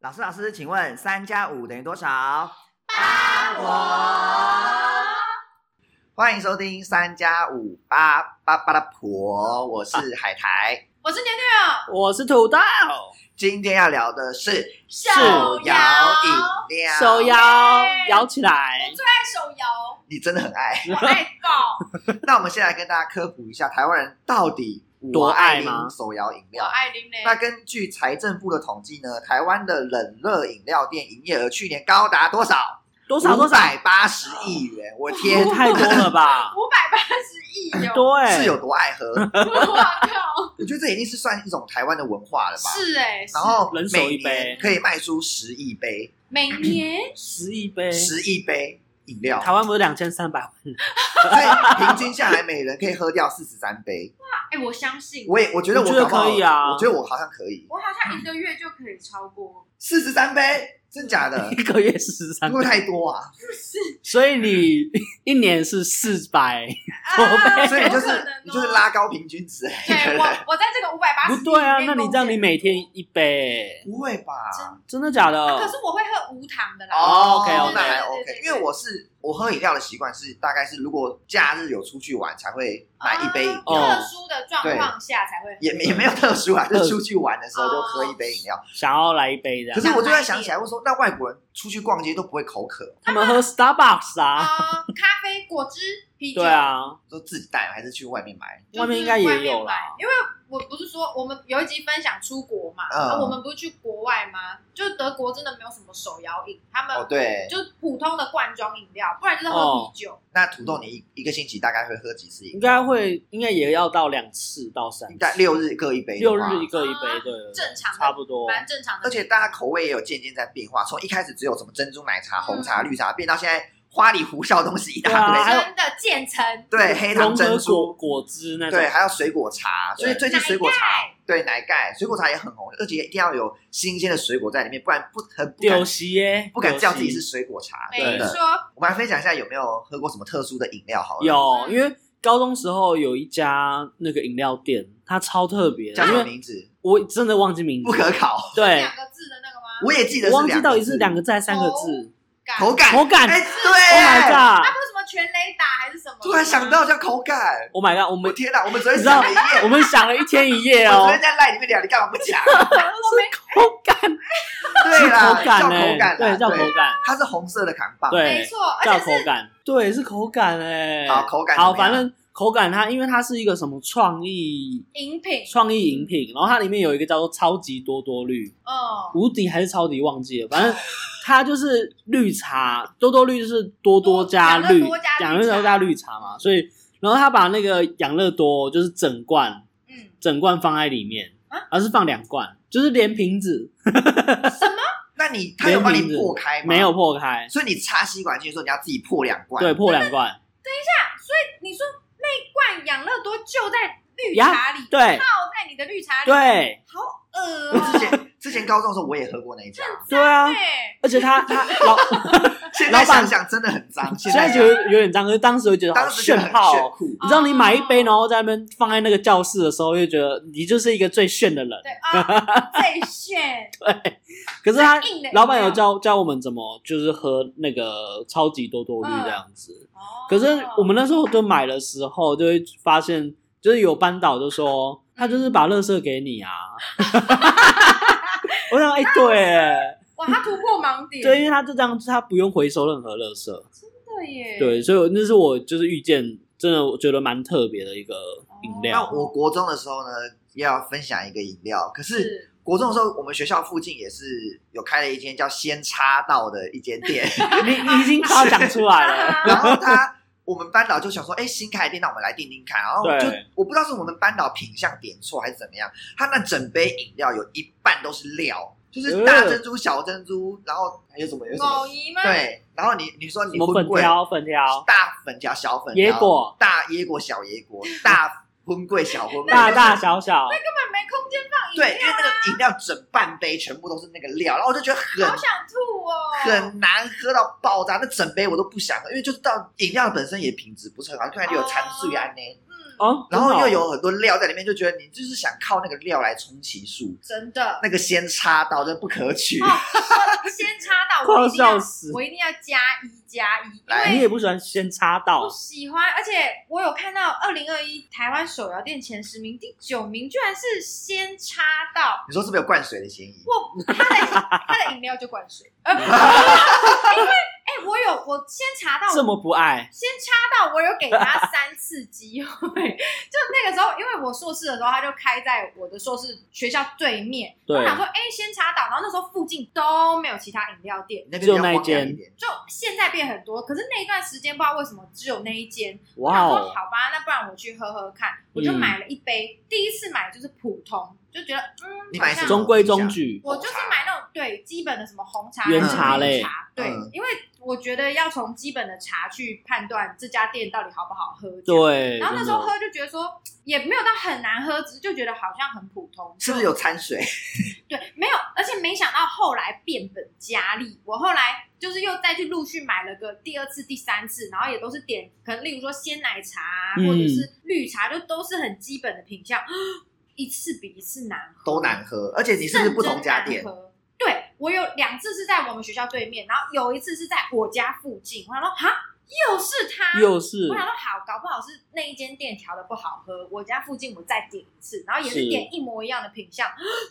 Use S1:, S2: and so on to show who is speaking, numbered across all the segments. S1: 老师，老师，请问三加五等于多少？
S2: 八婆，
S1: 欢迎收听三加五八八八的婆，我是海苔。
S2: 我是牛牛，
S3: 我是土豆，
S1: 今天要聊的是
S2: 手摇
S1: 摇饮料，
S3: 手摇摇起来，
S2: 我最爱手摇，
S1: 你真的很爱。
S2: 我爱爆，
S1: 那我们先来跟大家科普一下，台湾人到底
S3: 多爱吗
S1: 吗？手摇饮
S2: 我
S1: 料。
S2: 爱林嘞
S1: 那。根据财政部的统计呢，台湾的冷热饮料店营业额去年高达多少？
S3: 多
S1: 多
S3: 少多少，
S1: 百八十亿元！我
S3: 也
S1: 天，
S3: 太多了吧？欸
S2: 五百八十亿哟！
S3: 对，
S1: 是有多爱喝？
S2: 我靠，
S1: 我觉得这已经是算一种台湾的文化了吧。
S2: 是哎，
S1: 然后
S3: 人手
S1: 每
S3: 一杯
S1: 年可以卖出十亿杯，
S2: 是每年
S3: 十亿杯，
S1: 十亿杯饮料，
S3: 台湾不是两千三百万？
S1: 所以平均下来每人可以喝掉四十三杯。
S2: 哎，我相信，
S1: 我也我觉得我
S3: 我觉得
S1: 搞不好
S3: 可以啊
S1: 我觉得我好像可以
S2: 我好像一个月就可以超过，
S1: 四十三杯，真假的
S3: 一？个月十
S1: 会
S3: 三
S1: 不，会太多啊？
S2: 就是
S3: 所以你一年是四百，我
S2: 啊
S3: 被
S1: 所以你就是
S2: 有可能哦
S1: 你 就是拉高平均值，
S2: 对我，我在这个五百八十
S3: 不对啊？那你这样，你每天一杯，
S1: 不会吧？
S3: 真的假
S1: 啊
S3: 的？
S2: 可是我会喝无糖的啦。
S1: 哦
S3: 哦
S1: 那还
S2: 对对对
S1: OK，
S2: 对对
S1: 因为我是我喝饮料的习惯是大概是如果假日有出去玩才会买一杯饮料，
S3: 哦
S2: 特殊的状况下才会喝。
S1: 也也没有特殊啊，就是出去玩的时候就喝一杯饮料。
S3: 想要来一杯这
S1: 可
S3: 样，
S1: 是我就在想起来，我说那外国人出去逛街都不会口渴，
S3: 他们喝 Starbucks 啊，
S2: 啊，咖啡、果汁、啤酒，
S3: 对啊，
S1: 都自己带还是去外面买？
S2: 就是
S3: 外面应该也有啦
S2: 外面买因为我不是说我们有一集分享出国嘛，
S1: 嗯
S2: 啊我们不是去国外吗？就是德国真的没有什么手摇饮，他
S3: 嗯
S1: 哦，
S2: 们
S1: 对，
S2: 就是普通的罐装饮料，不然就是喝啤酒。
S1: 那土豆你一一个星期大概会喝几次饮
S3: 应
S1: 料？
S3: 该会，应该也要到两次到三次
S1: 应，该六日各一杯，
S3: 嗯六日一。个一
S2: 啊
S3: 杯，对，
S2: 正常的
S3: 差不多。
S2: 蛮正常的，
S1: 而且大家口味也有渐渐在变化，从一开始只有什么珍珠奶茶、红茶、绿茶，变到现在花里胡哨的东西一大堆
S3: 对啊，还有
S2: 真的渐层
S1: 对黑糖
S3: 融合
S1: 珍
S3: 果
S1: 珠，
S3: 果汁那种，
S1: 对，还有水果茶，所以
S3: 对
S1: 最近水果茶
S2: 奶盖
S1: 对奶盖水果茶也很红，而且一定要有新鲜的水果在里面，不然不很不敢
S3: 酒席耶，
S1: 不敢
S3: 酒
S1: 叫自己是
S3: 席
S1: 水果茶。
S2: 没
S1: 真的，
S2: 错，
S1: 我们来分享一下有没有喝过什么特殊的饮料好了。
S3: 有，因为高中时候有一家那个饮料店，它超特别的，
S1: 叫什
S3: 因
S1: 么
S3: 为
S1: 名字？
S3: 我真的忘记名字，
S1: 不可考，
S3: 对
S2: 两，个字的那个吗？
S1: 我也记得
S3: 我
S1: 是
S3: 忘记
S1: 两
S3: 到
S1: 个
S3: 底是
S1: 字，
S3: 两个字还是三个字。
S2: 感
S1: 口感
S3: 口感
S1: 哎，
S3: Oh
S1: 对
S3: my
S2: 他
S3: god！
S2: 不是什么全雷打还是什么？
S1: 突然想到叫口感，
S3: Oh my god！我
S1: 我
S3: 们
S1: 天哪！我们昨天
S3: 你知
S1: 想
S3: 道
S1: 了一夜，
S3: 我们想了一天一夜
S1: 我
S3: 哦
S1: 昨，天在赖里面聊，你干嘛不 讲？
S3: 是口感，
S1: 对
S3: 是
S1: 啦，
S3: 口
S1: 叫
S3: 感
S1: 口
S3: 哎，
S1: 感啦，
S3: 对，叫口
S1: 对，
S3: 感，
S1: 它是红色的扛棒，
S3: 对
S2: 没错，而
S3: 哎叫
S2: 且
S3: 口
S2: 是
S3: 感，对，是口感哎。
S1: 好口感怎么
S3: 好，
S1: 样
S3: 反正口感它，因为它是一个什么创意
S2: 饮品，
S3: 创意饮品，然后它里面有一个叫做超级多多绿，
S2: 嗯，
S3: 无敌还是超级忘记了，反正它就是绿茶，多多绿就是多多加绿
S2: 多，养
S3: 养
S2: 乐多加绿茶
S3: 乐多加绿茶嘛，所以然后他把那个养乐多就是整罐
S2: 嗯，
S3: 整罐放在里面
S2: 啊，
S3: 而是放两罐，就是连瓶子
S1: 那你它有帮
S3: 没
S1: 你
S3: 有
S1: 破开吗？
S3: 没有，破开，
S1: 所以你插吸管进去的时候，你要自己破两罐。
S3: 对，，破两 罐，
S2: 你说那罐养乐多就在绿
S3: 呀
S2: 茶里，
S3: 对
S2: 泡在你的绿茶里，
S3: 对
S2: 好恶
S1: 我
S2: 哦
S1: 之前之前高中的时候我也喝过那一家，
S3: 对啊，
S2: 对，
S3: 而且他他老
S1: 现
S3: 老
S1: 在
S3: 板
S1: 想想真的很脏，
S3: 现
S1: 在
S3: 在觉得有点脏，可是当时我觉得好
S1: 当时觉
S3: 炫
S1: 得很
S3: 炮
S1: 炫
S3: 哦。
S1: 酷。
S3: 你知道你买一杯，然后在那边放在那个教室的时候，就觉得你就是一个最炫的人。
S2: 对啊，最炫，
S3: 可是他
S2: 最硬的饮料
S3: 老板有教教我们怎么就是喝那个超级多多绿这样子。
S2: 哦
S3: 可是我们那时候就买的时候，就会发现就是有班导就说他就是把垃圾给你啊。 我想，哎、对，
S2: 哇，他突破盲点，
S3: 对，因为他就这样，他不用回收任何垃圾，
S2: 真的耶，
S3: 对，所以我那是我就是遇见，真的我觉得蛮特别的一个饮
S1: 那
S3: 料，
S1: 我国中的时候呢，要分享一个饮料，可是
S2: 是
S1: 国中的时候，我们学校附近也是有开了一间叫先插道的一间店，
S3: 你你已经夸奖出 来了，
S1: 然后他我们班导就想说，哎，新开的店，那我们来订订看。然后就
S3: 对
S1: 我不知道是我们班导品相点错还是怎么样，他那整杯饮料有一半都是料，就是
S3: 呃
S1: 大珍珠、小珍珠，然后还有什么有什
S2: 某
S1: 么
S2: 姨吗？，
S1: 对，然后你你说
S3: 什
S1: 你
S3: 么
S1: 荤
S3: 粉
S1: 贵
S3: 条粉条，
S1: 大粉条、小粉条
S3: 椰果、
S1: 大椰果、小椰果、大荤贵、小荤贵，
S3: 大大小小，
S2: 根本没空间放饮
S1: 对，
S2: 料，
S1: 因为那个饮料整半杯全部都是那个料，然后我就觉得
S2: 好
S1: 很
S2: 想吐哦，
S1: 很难喝到爆炸，那整杯我都不想喝，因为就是到饮料本身也品质不是很好，看来就有掺水啊呢。
S2: 嗯，
S3: 哦，
S1: 然后
S3: 真的
S1: 又
S3: 哦
S1: 有很多料在里面，就觉得你就是想靠那个料来充其数，
S2: 真 的
S1: 那个先插到这不可取。
S2: 哦，我先插到，
S3: 快
S2: 我
S3: 要
S2: 一定要
S3: 笑死，
S2: 我一定要加一加一，
S1: 来
S2: 因
S3: 你
S2: 为
S3: 也不喜欢先插到
S2: 不，喜欢，而且我有看到二零二一台湾手摇店前十名，第九名居然是先插 到。
S1: 你说是不是有灌水的嫌疑？
S2: 我他的他的饮料就灌水，呃， 因为哎、我有我先查到，
S3: 这么不爱，
S2: 先插到我有给他三次机会， 就那个时候，因为我硕士的时候，他就开在我的硕士学校对面。
S3: 对
S2: 我想说，哎、先插到，然后那时候附近都没有其他饮料店，
S1: 那边比
S3: 就
S1: 较
S3: 那一
S1: 荒凉一
S3: 间
S1: 点，
S2: 就现在变很多。可是那一段时间，不知道为什么只有那一间。我
S3: 哇
S2: 想说，
S3: 哦，嗯
S2: 好吧，那不然我去喝喝看，我就买了一杯。第一次买就是普通，就觉得嗯，
S1: 你买
S2: 好像
S1: 什么
S3: 中规中矩，
S2: 我就是买那种对基本的什么红茶、
S3: 原
S1: 茶
S3: 类
S2: 绿茶，对，
S1: 嗯
S2: 因为我觉得要从基本的茶去判断这家店到底好不好喝。这样。
S3: 对。
S2: 然后那
S3: 真
S2: 时
S3: 的
S2: 候喝就觉得说也没有到很难喝，只是就觉得好像很普通。
S1: 是不是有掺水？
S2: 对，没有，而且没想到后来变本加厉，我后来就是又再去陆续买了个第二次、第三次，然后也都是点，可能例如说鲜奶茶啊、
S3: 嗯
S2: 或者是绿茶，就都是很基本的品相，一次比一次难喝，
S1: 都难喝，而且你是不是不同家
S2: 认真
S1: 店
S2: 难？喝。对我有两次是在我们学校对面，然后有一次是在我家附近。我想说，哈，又是他，
S3: 又是
S2: 啊我想说好，搞不好是那一间店调的不好喝，我家附近我再点一次，然后也是
S3: 是
S2: 点一模一样的品相，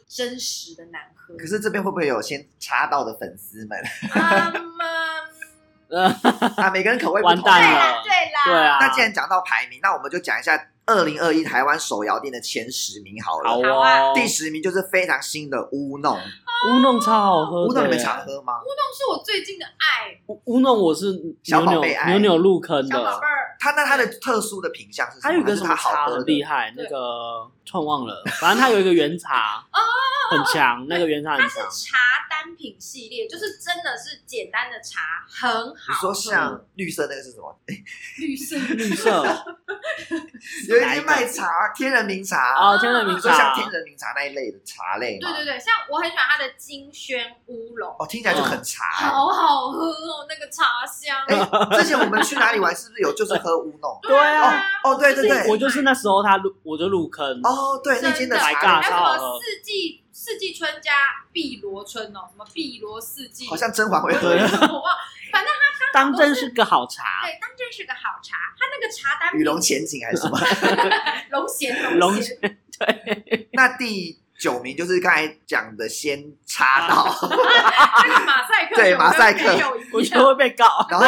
S2: 真实的难喝。
S1: 可是这边会不会有先插到的粉丝们
S2: 嗯， 嗯
S1: 啊？每个人口味不
S3: 完
S1: 同。
S2: 对
S3: 蛋了
S2: 啦，对啦，
S3: 对啊
S1: 那既然讲到排名，那我们就讲一下二零二一台湾手摇店的前十名好了。
S3: 好
S2: 好啊
S3: 哦，
S1: 第十名就是非常新的乌弄，
S3: 乌弄超好喝的耶，
S1: 乌弄你们常喝吗？
S2: 都是我最近的爱
S3: 乌乌弄我是
S1: 小
S3: 扭
S1: 宝
S3: 扭
S1: 贝爱
S3: 扭扭入坑
S2: 小宝贝
S3: 的，
S2: 儿。
S1: 它那它的特殊的品相是什
S3: 还有一
S1: 么？
S3: 个
S1: 还是
S3: 什
S1: 它
S3: 么
S1: 好
S3: 茶
S1: 喝
S3: 很
S1: 的
S3: 厉害，那
S2: 对哦
S3: 个创忘了，反正它有一个 原茶很强，那个原茶很
S2: 它是
S3: 强，
S2: 茶单品系列，就是真的是简单的茶，很
S1: 你
S2: 好
S1: 说
S2: 喝。
S1: 像绿色那个是什么？
S2: 绿 色，
S3: 绿色
S1: 有一
S3: 哪一
S1: 间
S3: 个
S1: 卖茶，天人茗茶，
S3: 哦，天人
S1: 你
S3: 名
S1: 说像
S3: 茶，
S1: 天人茗茶那一类的茶类吗
S2: 对？对对，像我很喜欢它的金萱乌龙，
S1: 哦，听起来就很茶。
S2: 好好喝哦，那个茶 香。
S1: 哎，之前我们去哪里玩，是不是有就是喝乌弄？
S3: 对啊，
S1: 哦，对对对，
S3: 我就是那时候他入我就入坑，
S1: 哦，对，那间
S2: 真的
S1: 茶
S3: 大
S2: 还
S1: 类
S2: 有什
S3: 傻好
S2: 么
S3: 喝
S2: 四季四季春加碧螺春哦，什么碧螺四季，
S1: 好像甄嬛会
S2: 我
S1: 喝
S2: 我
S1: 的。
S2: 忘了，反正
S3: 当真是个好茶，
S2: 对，当真是个好茶。它那个茶单
S1: 羽
S2: 品
S1: 龙前景还是什么？
S2: 龙涎
S3: 龙
S2: 涎，
S1: 那第九名就是刚才讲的先插到，
S2: 那个马赛克
S1: 对
S2: 有没有
S1: 马赛克
S2: 没有一样
S3: 我觉得会被告。
S1: 然后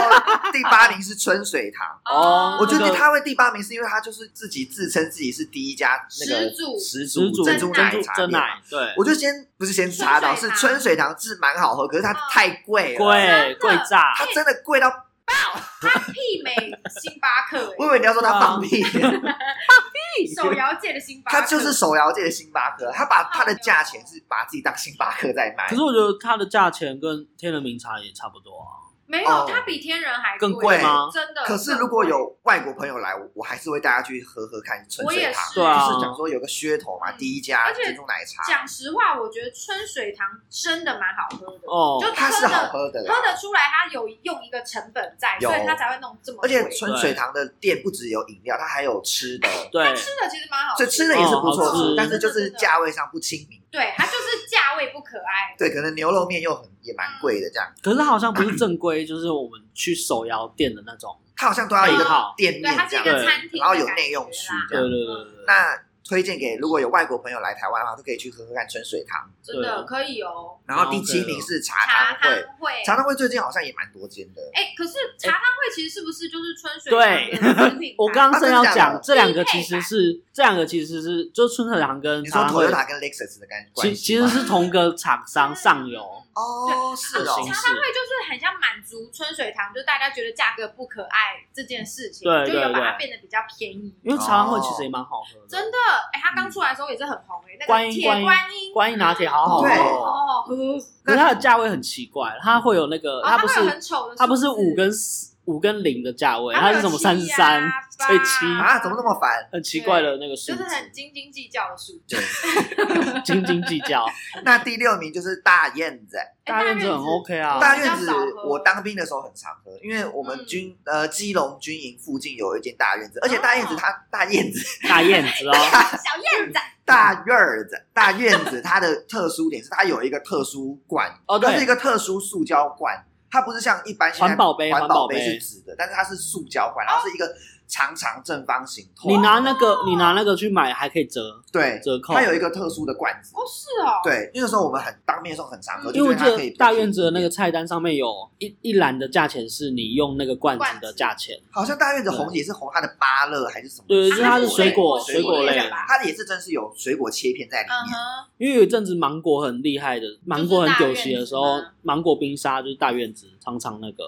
S1: 第八名是春水堂。
S2: 啊
S3: 哦
S1: 我觉
S3: 这
S1: 得
S3: 个
S1: 他会第八名是因为他就是自己自称自己是第一家那个
S2: 始 祖
S1: 始
S3: 始祖
S1: 珍
S2: 珍
S1: 珠
S2: 珠
S1: 奶
S2: 奶
S1: 茶
S3: 真
S1: 店嘛。
S3: 奶，对，
S1: 我就先不是先插到，是
S2: 春水堂
S1: 春水堂是蛮好喝，可是它
S2: 哦
S1: 太贵了，
S3: 贵
S2: 真的
S3: 贵炸，
S1: 它真的贵到，
S2: 媲美星巴克、
S1: 我以为你要说它放屁，
S2: 欸，手摇界的星巴克，
S1: 它就是手摇界的星巴克，它把它的价钱是把自己当星巴克在卖
S3: 可，是我觉得它的价钱跟天人茗茶也差不多啊。
S2: 没
S1: 哦
S2: 有，它比天人还
S3: 更贵吗
S2: 真的。
S1: 可是如果有外国朋友来，我我还是会带他去喝喝看春
S2: 我
S1: 水
S2: 也
S1: 堂，
S2: 是
S3: 对啊
S1: 就是讲说有个噱头嘛，
S2: 嗯
S1: 第一家
S2: 而且
S1: 珍珠奶茶，
S2: 讲实话，我觉得春水堂真的蛮好喝的，
S3: 哦，
S2: 就
S1: 它
S2: 喝
S1: 是
S2: 的
S1: 好喝的啦
S2: 喝。得出来，它有用一个成本在，
S1: 啊有
S2: 所以它才会弄这么
S1: 而
S2: 贵。
S1: 且春水堂的店不只有饮料，它还有吃的，
S3: 对
S2: 吃的其实蛮嗯好
S1: 所
S2: 吃
S1: 以吃
S2: 的，
S1: 的也是不
S3: 哦
S1: 错
S3: 好
S1: 吃，
S3: 吃
S1: 但是就是
S2: 真的真的
S1: 价位上不亲民。
S2: 对，它就是价位不可爱。
S1: 对，可能牛肉面又很也
S2: 嗯
S1: 蛮贵的这样，
S3: 可是它好像不是正规， 就是我们去手摇店的那种。
S1: 它好像都要一个
S3: 配套
S1: 店
S2: 对，
S1: 面
S2: 它是
S1: 这
S2: 一
S1: 样，
S2: 个餐厅的感觉啦，
S1: 然后有内用区这
S3: 对
S1: 样。
S3: 对对对对，
S1: 那推荐给如果有外国朋友来台湾的话，都可以去喝喝看春水堂。
S2: 真的可以哦。
S1: 然后第七名是茶
S2: 茶
S1: 汤会，
S2: 汤会，
S1: 茶汤会最近好像也蛮多间的。
S2: 哎，可是茶汤会其实是不是就是春水
S3: 对
S2: 堂的子 品牌
S3: 我刚刚正要讲
S1: 啊
S3: 这两个，
S2: 低配
S3: 其
S2: 版
S3: 实是这两个其实是就春水堂跟
S1: 你说
S3: 茶会，
S1: Toyota 跟 Lexus 的关
S3: 其
S1: 关
S3: 其
S1: 系
S3: 实
S1: 吗？
S3: 是同个厂商上游
S2: 嗯
S1: 哦，是
S3: 的
S1: 哦
S3: 形，
S2: 茶
S3: 式
S2: 汤。会就是很像满足春水堂，就是大家觉得价格不可爱这件事情，
S3: 对
S2: 就有
S3: 对
S2: 把它
S3: 对
S2: 变得比较便宜。
S3: 因为茶汤会其实也蛮好喝的，
S2: 真的，哎、它刚出来的时候也是很红诶、那
S3: 嗯观
S2: 个
S3: 音
S2: 铁观音，
S3: 观音拿铁好好喝
S1: 对嗯
S3: 哦。
S2: 哦，好喝
S3: 可是它的价位很奇怪，它会有那个
S2: 哦，它
S3: 它不
S2: 会有很
S3: 是
S2: 丑的数字，
S3: 它不是五跟四五跟零的价位，
S2: 然
S3: 它
S2: 后
S3: 是什么三十三，
S2: 最
S3: 最七
S1: 啊，怎么那么烦？
S3: 很奇怪的那个数
S2: 就是
S3: 字，
S2: 很斤斤计较的数字。
S1: 对，
S3: 斤斤计较。
S1: 那第六名就是大燕子，
S2: 哎
S3: 大院子很 OK 啊
S1: 大
S2: 比
S1: 院
S2: 较
S1: 子
S2: 少喝
S1: 我当兵的时候很常喝，因为我们
S2: 嗯
S1: 军呃基隆军营附近有一间大院子，而且大院子
S2: 哦
S1: 它大燕子
S3: 大燕子哦，
S2: 小燕子，
S1: 大院子大院子它的特殊点是它有一个特殊罐，
S3: 哦
S1: 它是一
S3: 对，
S1: 个特殊塑胶罐，它不是像一般现在
S3: 环保杯
S1: 环
S3: 环保
S1: 杯是
S3: 杯
S1: 纸的，但是它是塑胶罐，然后是一个长长正方形透
S3: 你
S1: 明的，
S3: 拿那个你拿那个去买还可以折
S1: 对，
S3: 折扣
S1: 它，有一个特殊的罐子，
S2: 哦是哦，
S1: 对，那个时候我们很当兵的时候很常喝，
S3: 嗯因
S1: 就
S3: 为我
S1: 觉
S3: 记
S1: 得它可以
S3: 得大院子的那个菜单上面有一一栏的价钱是你用那个罐子的价钱，
S1: 好像大院子红也是红它的芭乐还是什么，
S3: 对，就是它
S2: 它
S3: 是
S2: 是
S3: 水果
S2: 水
S3: 水
S2: 果
S3: 果
S2: 类
S3: 类
S2: 的
S3: 的。
S2: 吧
S1: 它也是真是有水果切片在里
S2: 嗯
S1: 面。
S2: 哼，
S3: 因为有一阵子芒果很厉害的，芒果很久期的时候
S2: 就是大院子嗯吗，
S3: 芒果冰沙就是大院子常常那个，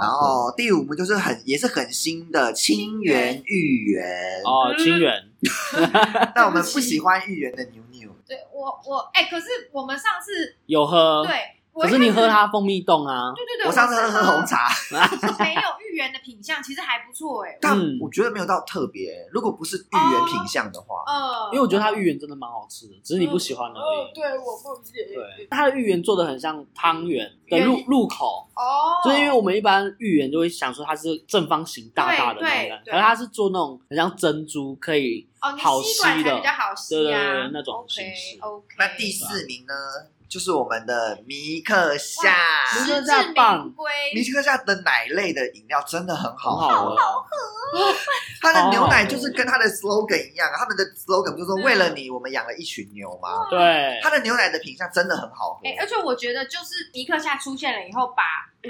S1: 然
S2: 哦，
S1: 后第五名就是很也是很新的清源芋圆，
S3: 哦，清源，
S1: 但我们不喜欢芋圆的牛牛，
S2: 对我我哎，可是我们上次
S3: 有喝，
S2: 对，我
S3: 嗯可
S2: 一
S3: 是你
S2: 开始
S3: 喝，它蜂蜜冻啊，
S2: 对对对，
S1: 我上次
S2: 是
S1: 喝喝红茶，
S2: 没有芋圆的品相，其实还不错哎，
S1: 但
S3: 嗯
S1: 我觉得没有到特别，如果不是芋圆品相的话，
S2: 呃，
S3: 因为我觉得它芋圆真的蛮好吃的，只是你不喜欢而
S2: 哦
S3: 已。
S2: 对，我不解，
S3: 对，它的芋圆做的很像汤圆的入
S2: 圆
S3: 入口，
S2: 哦，
S3: 就是因为我们一般芋圆就会想说它是正方形大大的那
S2: 对
S3: 种，
S2: 对
S3: 可是它是做那种很像珍珠，可以
S2: 哦，你
S3: 好
S2: 吸管
S3: 吸
S2: 才
S3: 的
S2: 比较好
S3: 对
S2: 吸
S3: 对
S2: 啊
S3: 对，那种形
S2: OK
S3: 式
S2: OK。
S1: 那第
S3: 啊
S1: 四名呢，就是我们的米克夏，
S3: 哇
S2: 实
S3: 真的
S2: 至
S3: 在棒
S2: 名归，
S1: 米克夏的奶类的饮料真的很
S3: 很
S1: 好
S3: 好
S1: 喝
S3: 喝。。
S1: 它的牛奶
S3: 好好喝
S1: 就是跟它的 slogan 一样，啊他们的 slogan 就是说
S2: 哦嗯
S1: 为了你，我们养了一群牛嘛。
S3: 对，
S1: 它的牛奶的品相真的很好喝
S2: 哎、，而且我觉得就是尼克夏出现了以后，把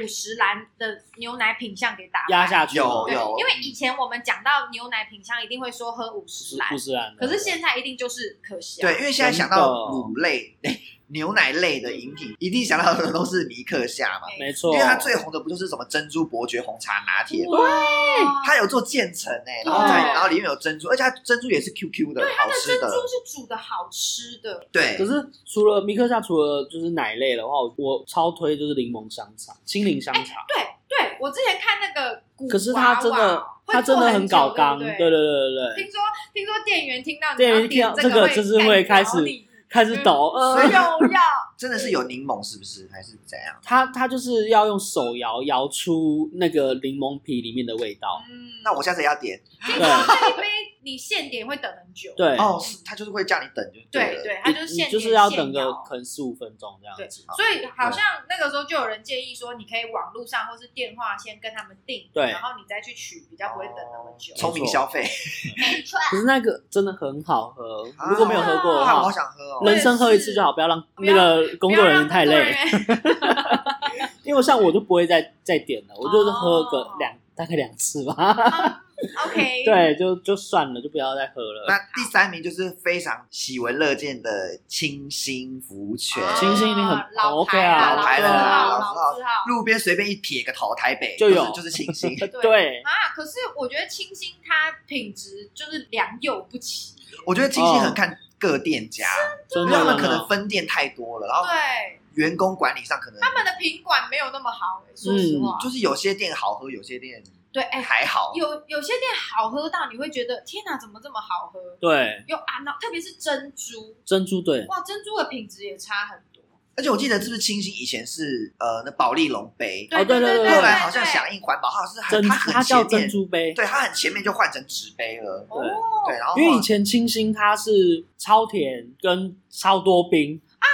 S2: 五十岚的牛奶品相给打败
S3: 压下去
S1: 有
S3: 了
S2: 对
S1: 有，
S2: 因为
S3: 嗯
S2: 以前我们讲到牛奶品相，一定会说喝五十岚
S3: 不，是啊然的，
S2: 可是现在一定就是可啊惜、
S1: 对，因为现在想到乳类、 牛奶类的饮品，一定想到的都是尼克夏嘛。
S3: 没
S1: 因
S3: 错，
S1: 为它最红的不就是什么珍珠伯爵红茶拿铁吗？
S3: 哎
S2: 哇，
S1: 它有做渐层哎，
S2: 对
S1: 然后再然后里面有珍珠，而且它珍珠也是 QQ 的，好吃
S2: 珍珠
S1: 的。
S2: 是煮的好吃的，
S1: 对
S3: 可，是除了米克夏，除了就是奶类的话，我我超推就是柠檬香茶、青柠香茶，
S2: 对对，我之前看那个古
S3: 可是它真的它真的
S2: 很
S3: 搞刚，
S2: 对
S3: 对
S2: 不
S3: 对对对对，
S2: 听说听说店员听到你
S3: 店员
S2: 要
S3: 听到
S2: 点这
S3: 这个
S2: 会
S3: 就是会
S2: 干
S3: 开
S2: 掉
S3: 始
S2: 你
S3: 开
S2: 嗯
S3: 始抖，
S1: 所以
S3: 呃，
S2: 又 要
S1: 真的是有柠檬是不是？还是怎样？
S3: 它它就是要用手摇摇出那个柠檬皮里面的味道，
S2: 嗯，
S1: 那我下次也要点
S2: 听说这一杯你现点会等很 久，
S3: 对，
S1: 哦，是它就是会叫你等就对
S2: 对
S1: 了。
S2: 对，它就是
S3: 你
S2: 现
S3: 你就是
S2: 点
S3: 要
S2: 现
S3: 等个
S2: 摇
S3: 可能四五分钟这样子，
S2: 所以好像那个时候就有人建议说，你可以网络上或是电话先跟他们订，
S3: 对
S2: 然后你再去取，比较不会等那么久。
S1: 聪明消费，
S2: 没错，
S3: 可是那个真的很好喝，
S1: 啊
S3: 如果没有喝过的
S1: 哇，我好
S3: 话，
S1: 想喝哦。
S3: 人生喝一次就好，不要让那个工作人员太累。 因为像我就不会再再点了，我就是喝个
S2: 哦
S3: 两、大概两次吧，
S2: OK，，
S3: 对，就就算了，就不要再喝了。
S1: 那第三名就是非常喜闻乐见的清新福泉，
S3: 哦清新一定很
S2: 啊老
S3: OK
S1: 啊
S2: 老
S1: 老牌的啦
S2: 字
S1: 老
S2: 号，
S1: 字
S2: 老字号。
S1: 路边随便一撇个头，台北
S3: 就有
S1: 是就是清新。
S3: 对，
S2: 啊，可是我觉得清新它品质就是良莠不齐，
S1: 我觉得清新很看各店家，
S3: 哦真
S1: 因为
S3: 的
S1: 他们
S3: 真
S1: 可
S3: 的
S1: 能分店太多了，然后
S2: 对，
S1: 员工管理上可能
S2: 他们的品管没有那么好，欸
S3: 嗯
S2: 说实话，
S1: 就是有些店好喝，有些店
S2: 对，哎，
S1: 还好。
S2: 有有些店好喝到你会觉得天哪，怎么这么好喝？
S3: 对
S2: 有啊，那特别是珍珠，
S3: 珍珠对
S2: 哇，珍珠的品质也差很多。
S1: 而且我记得是不是清新以前是呃那保利龙杯，
S3: 哦对对对
S1: 后来好像响应环保，它是很
S3: 珍珠
S1: 它
S3: 它
S1: 很
S3: 叫
S1: 前
S3: 珍
S1: 面，
S3: 珠杯，
S1: 对它很前面就换成纸杯了。
S2: 哦，
S1: 对，然后
S3: 因为以前清新它是超甜跟超多冰啊，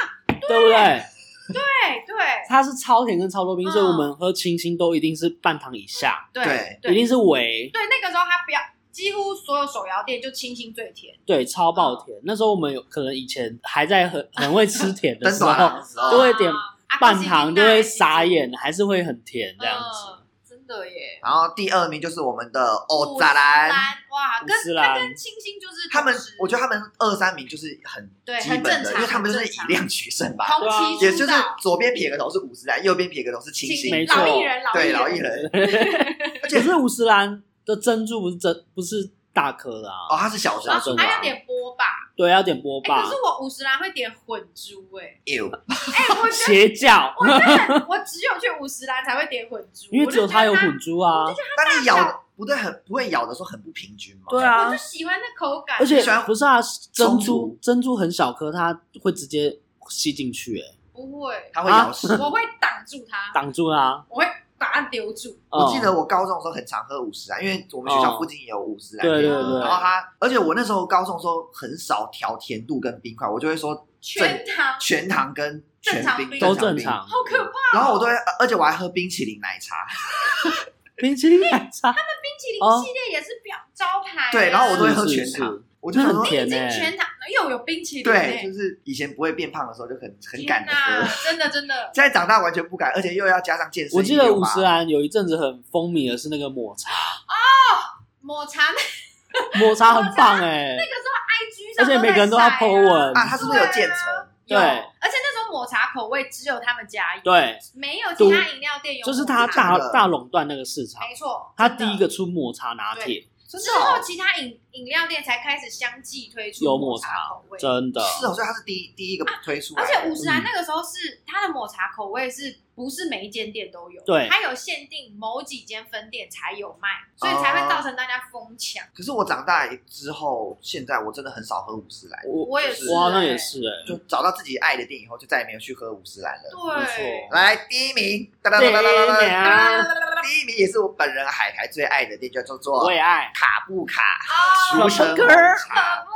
S3: 对不对？
S2: 对对
S3: 它是超甜跟超多冰，
S2: 嗯
S3: 所以我们喝清新都一定是半糖以下，
S1: 对
S2: 对
S3: 一定是微
S2: 对，那个时候他不要，几乎所有手摇店就清新最甜，
S3: 对超爆甜。那时候我们有可能以前还在很很会 吃甜的
S1: 灯
S3: 时
S1: 短
S3: 候，
S1: 郎的时
S3: 就
S1: 候，
S3: 会点
S2: 啊
S3: 半糖就会傻，眼，还是会很甜这样子。
S2: 嗯真的耶。
S1: 然后第二名就是我们的欧扎
S2: 兰
S1: 兰。
S2: 哇，
S3: 五十
S2: 跟它
S3: 岚
S2: 跟清新就是
S1: 哦他们
S2: 同时，
S1: 我觉得他们二三名就是很
S2: 对
S1: 基
S2: 很
S1: 本
S2: 正
S1: 的，因
S2: 常
S1: 为他们就是
S2: 很
S1: 以
S2: 正常
S1: 量取胜吧，
S2: 同期
S1: 也
S2: 出
S1: 就是
S2: 道
S1: 左边撇个头是五十岚，右边撇个头是清新，
S3: 啊没
S2: 新
S3: 错
S2: 老艺人老艺
S1: 对老艺
S2: 人，
S1: 人，而且
S3: 可是五十岚的珍珠不是珍，不是大颗的
S1: 哦，
S3: 啊，
S1: 它是小珍
S2: 然
S1: 珠
S2: 后
S3: 啊
S2: 还
S1: 嘛
S2: 有，点波霸，
S3: 对，要点波
S2: 哎、
S3: 霸
S2: 可是，我五十兰会点混珠、 哎，
S1: ，ew，
S2: 哎，我觉 得
S3: 邪教，
S2: 我真的我只有去五十兰才会点混珠，
S3: 因为
S2: 我
S3: 只
S2: 就
S3: 有
S2: 觉
S3: 它
S2: 得
S3: 有
S2: 它
S3: 混珠啊，
S1: 但你咬不对很不会咬的时候很不平均嘛。
S3: 对啊
S2: 我就，喜欢那口感，
S3: 而且
S1: 喜欢
S3: 不是啊，珍
S1: 冲
S3: 珠珍珠很小颗，它会直接吸进去，哎，
S2: 不会，
S1: 它会
S3: 啊
S1: 咬死。
S2: 我会挡住它，
S3: 挡住啦。
S2: 我会把它留住。
S1: 我记
S3: 嗯
S1: 得我高中的时候很常喝五十啊兰，因为我们学校附近也有五十兰
S3: 哦对
S1: 店。
S3: 对
S2: 然
S3: 对
S1: 然后，它，而且我那时候高中的时候很少调甜度跟冰块，我就会说
S2: 全
S1: 正
S2: 糖，
S1: 全糖跟全
S2: 正常
S1: 冰
S2: 冰
S3: 都
S1: 正
S3: 正
S1: 冰。
S3: 常。
S2: 好可怕！哦
S1: 然后我都会，而且我还喝冰淇淋奶茶。
S3: 冰淇淋奶茶，
S2: 冰淇
S3: 哦
S2: 淋系列也是表招牌啊，
S1: 对，然后我都会喝
S3: 是
S1: 全
S3: 哎是
S1: 糖，我就
S3: 那
S1: 想
S3: 很
S1: 说，
S3: 甜
S2: 已经
S3: 哎，
S2: 全糖又有冰淇淋欸，
S1: 对，就是以前不会变胖的时候就很很
S2: 天
S1: 敢的喝
S2: 哪，，真的真的，
S1: 现在长大完全不敢，而且又要加上健身。
S3: 我记得
S1: 168
S3: 五十兰有一阵子很风靡的是那个抹茶，
S2: 抹茶那
S3: 抹茶很棒哎，
S2: IG
S3: 而
S2: 上
S3: 且每个人都
S2: 在
S3: 在
S2: 晒
S3: po
S2: 啊
S3: 文，
S1: 啊，它是不是有渐层？
S2: 有
S3: 对
S2: 而且那时候抹茶口味只有他们家有，
S3: 对，
S2: 没有其他饮料店有抹茶，
S3: 就是它
S1: 真
S3: 大
S1: 的哎
S3: 大垄断那个市场，
S2: 没错，
S3: 它
S2: 真的
S3: 第一个出抹茶拿铁，
S1: 真
S2: 之
S1: 的哦
S2: 后，其他饮饮料店才开始相继推出
S3: 有
S2: 抹
S3: 抹
S2: 茶
S3: 茶
S2: 口味，
S3: 真的，
S1: 是哦，所以它是第一第一个推出来
S2: 啊而
S1: 的，
S2: 且五十
S3: 嗯
S2: 兰那个时候是它的抹茶口味是不是每一间店都有？
S3: 对
S2: 它有限定某几间分店才有卖，所以才
S3: 哦
S2: 会造成大家疯抢。
S1: 可是我长大之后，现在我真的很少喝五十兰，
S3: 我
S2: 我也
S1: 就是
S2: 是、
S3: 我好像也
S2: 欸，
S3: 是哎，
S1: 就找到自己爱的店以后，就再也没有去喝五十兰了。
S3: 没
S2: 对
S3: 错。
S1: 来，第一名，哒哒哒哒哒
S3: 对
S1: 哒，
S2: 啊
S3: 呀，
S1: 第一名也是我本人海苔最爱的店，叫做
S3: 我
S1: 做
S3: 也爱，
S1: 卡布卡
S2: 啊，
S1: 熟生红 茶。
S2: 哦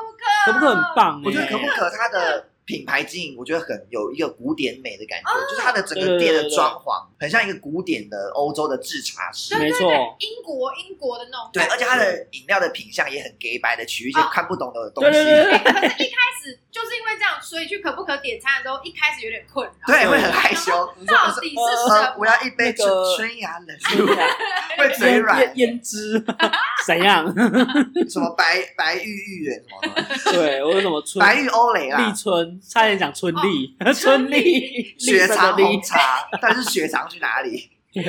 S3: 可不可很棒哎？
S1: 我觉得可不可它的品牌经营，我觉得很有一个古典美的感觉，就是它的整个店的装潢很像一个古典的欧洲的制茶室。
S3: 没错，
S2: 英国英国的那种
S1: 对，
S2: 感觉，
S1: 而且它的饮料的品相也很 gay 白的，取一些
S2: 哦
S1: 看不懂的东
S3: 对
S1: 西，
S3: 对对对，
S2: 可是一开始就是因为这样，所以去可不可点餐的时候，一开始有点困扰。
S1: 对，会很害羞。
S2: 到底是什
S1: 呃
S2: 么，？
S1: 我要一杯
S3: 那个
S1: 纯纯牙冷露，会 嘴
S3: 腌
S1: 软
S3: 腌，腌汁怎样？
S1: 什么白白玉芋圆什么的，
S3: 对我有什么春
S1: 白玉啊欧蕾啦
S3: 立，春，差点讲 春丽，
S2: 哦春
S3: 春
S2: 丽
S3: 丽，
S1: 雪
S3: 长
S1: 藏红茶，但是雪藏去哪里？
S3: 对，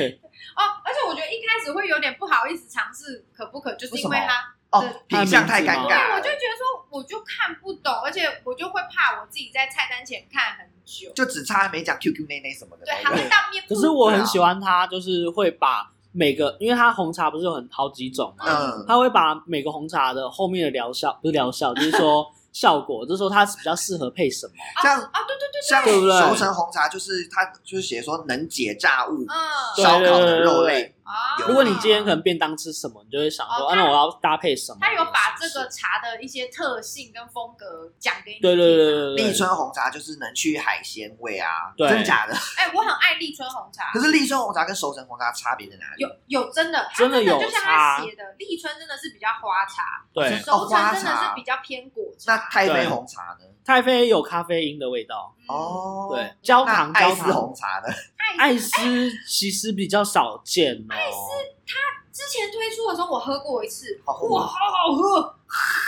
S2: 哦，而且我觉得一开始会有点不好意思尝试可不可，就是因为
S1: 为什么
S2: 它
S1: 哦，
S3: 对
S1: 品相太尴
S3: 它的
S2: 对
S3: 名字，
S1: 尬
S2: 我
S1: 了
S2: 就，觉得说，我就看不懂，而且我就会怕我自己在菜单前看很久。
S1: 就只差没讲 QQ 内内什么的
S2: 对，
S1: 那
S2: 还
S1: 个。
S2: 会当面不。
S3: 可是我
S1: 啊
S3: 很喜欢它，就是会把每个，因为它红茶不是有很好几种嘛，
S1: 嗯，
S3: 它会把每个红茶的后面的疗效，不是疗效，就是 说效果，就是说它比较适合配什么。
S1: 这样
S2: 啊，对对对，
S1: 像
S3: 对不对
S1: 熟成红茶，就是它就是写说能解炸物、
S2: 嗯，
S3: 对
S1: 烧烤的肉类，
S2: 啊，
S1: 有
S3: 如果你今天可能便当吃什么，你就会想说，
S2: 哦
S3: 啊，
S2: 它
S3: 那我要搭配什么？
S2: 他有把这个茶的一些特性跟风格讲给你。
S3: 对，对对对
S1: 立
S3: 对对，
S1: 春红茶就是能去海鲜味啊，
S3: 对
S1: 真假的？
S2: 哎，我很爱立春红茶
S1: 可，是立春红茶跟熟成红茶差别在哪里？
S2: 有有真的，它
S3: 真的有
S2: 就像他
S3: 差
S2: 写的，立春真的是比较花茶，
S3: 对，
S2: 熟成真
S1: 哦
S2: 的
S1: 花
S2: 是
S1: 茶
S2: 比较偏果
S1: 那
S2: 茶。
S1: 太妃
S3: 对
S1: 红茶呢？
S3: 太妃有咖啡因的味道，
S2: 嗯，
S1: 哦，
S3: 对，，焦
S1: 那
S3: 糖
S1: 爱
S3: 焦
S1: 斯
S3: 糖。
S1: 红茶呢？
S2: 艾
S3: 艾
S2: 斯
S3: 斯其实比较少见哦，
S2: 之前推出的时候我喝过一次，
S1: 好喝吗
S2: 哇，好好喝。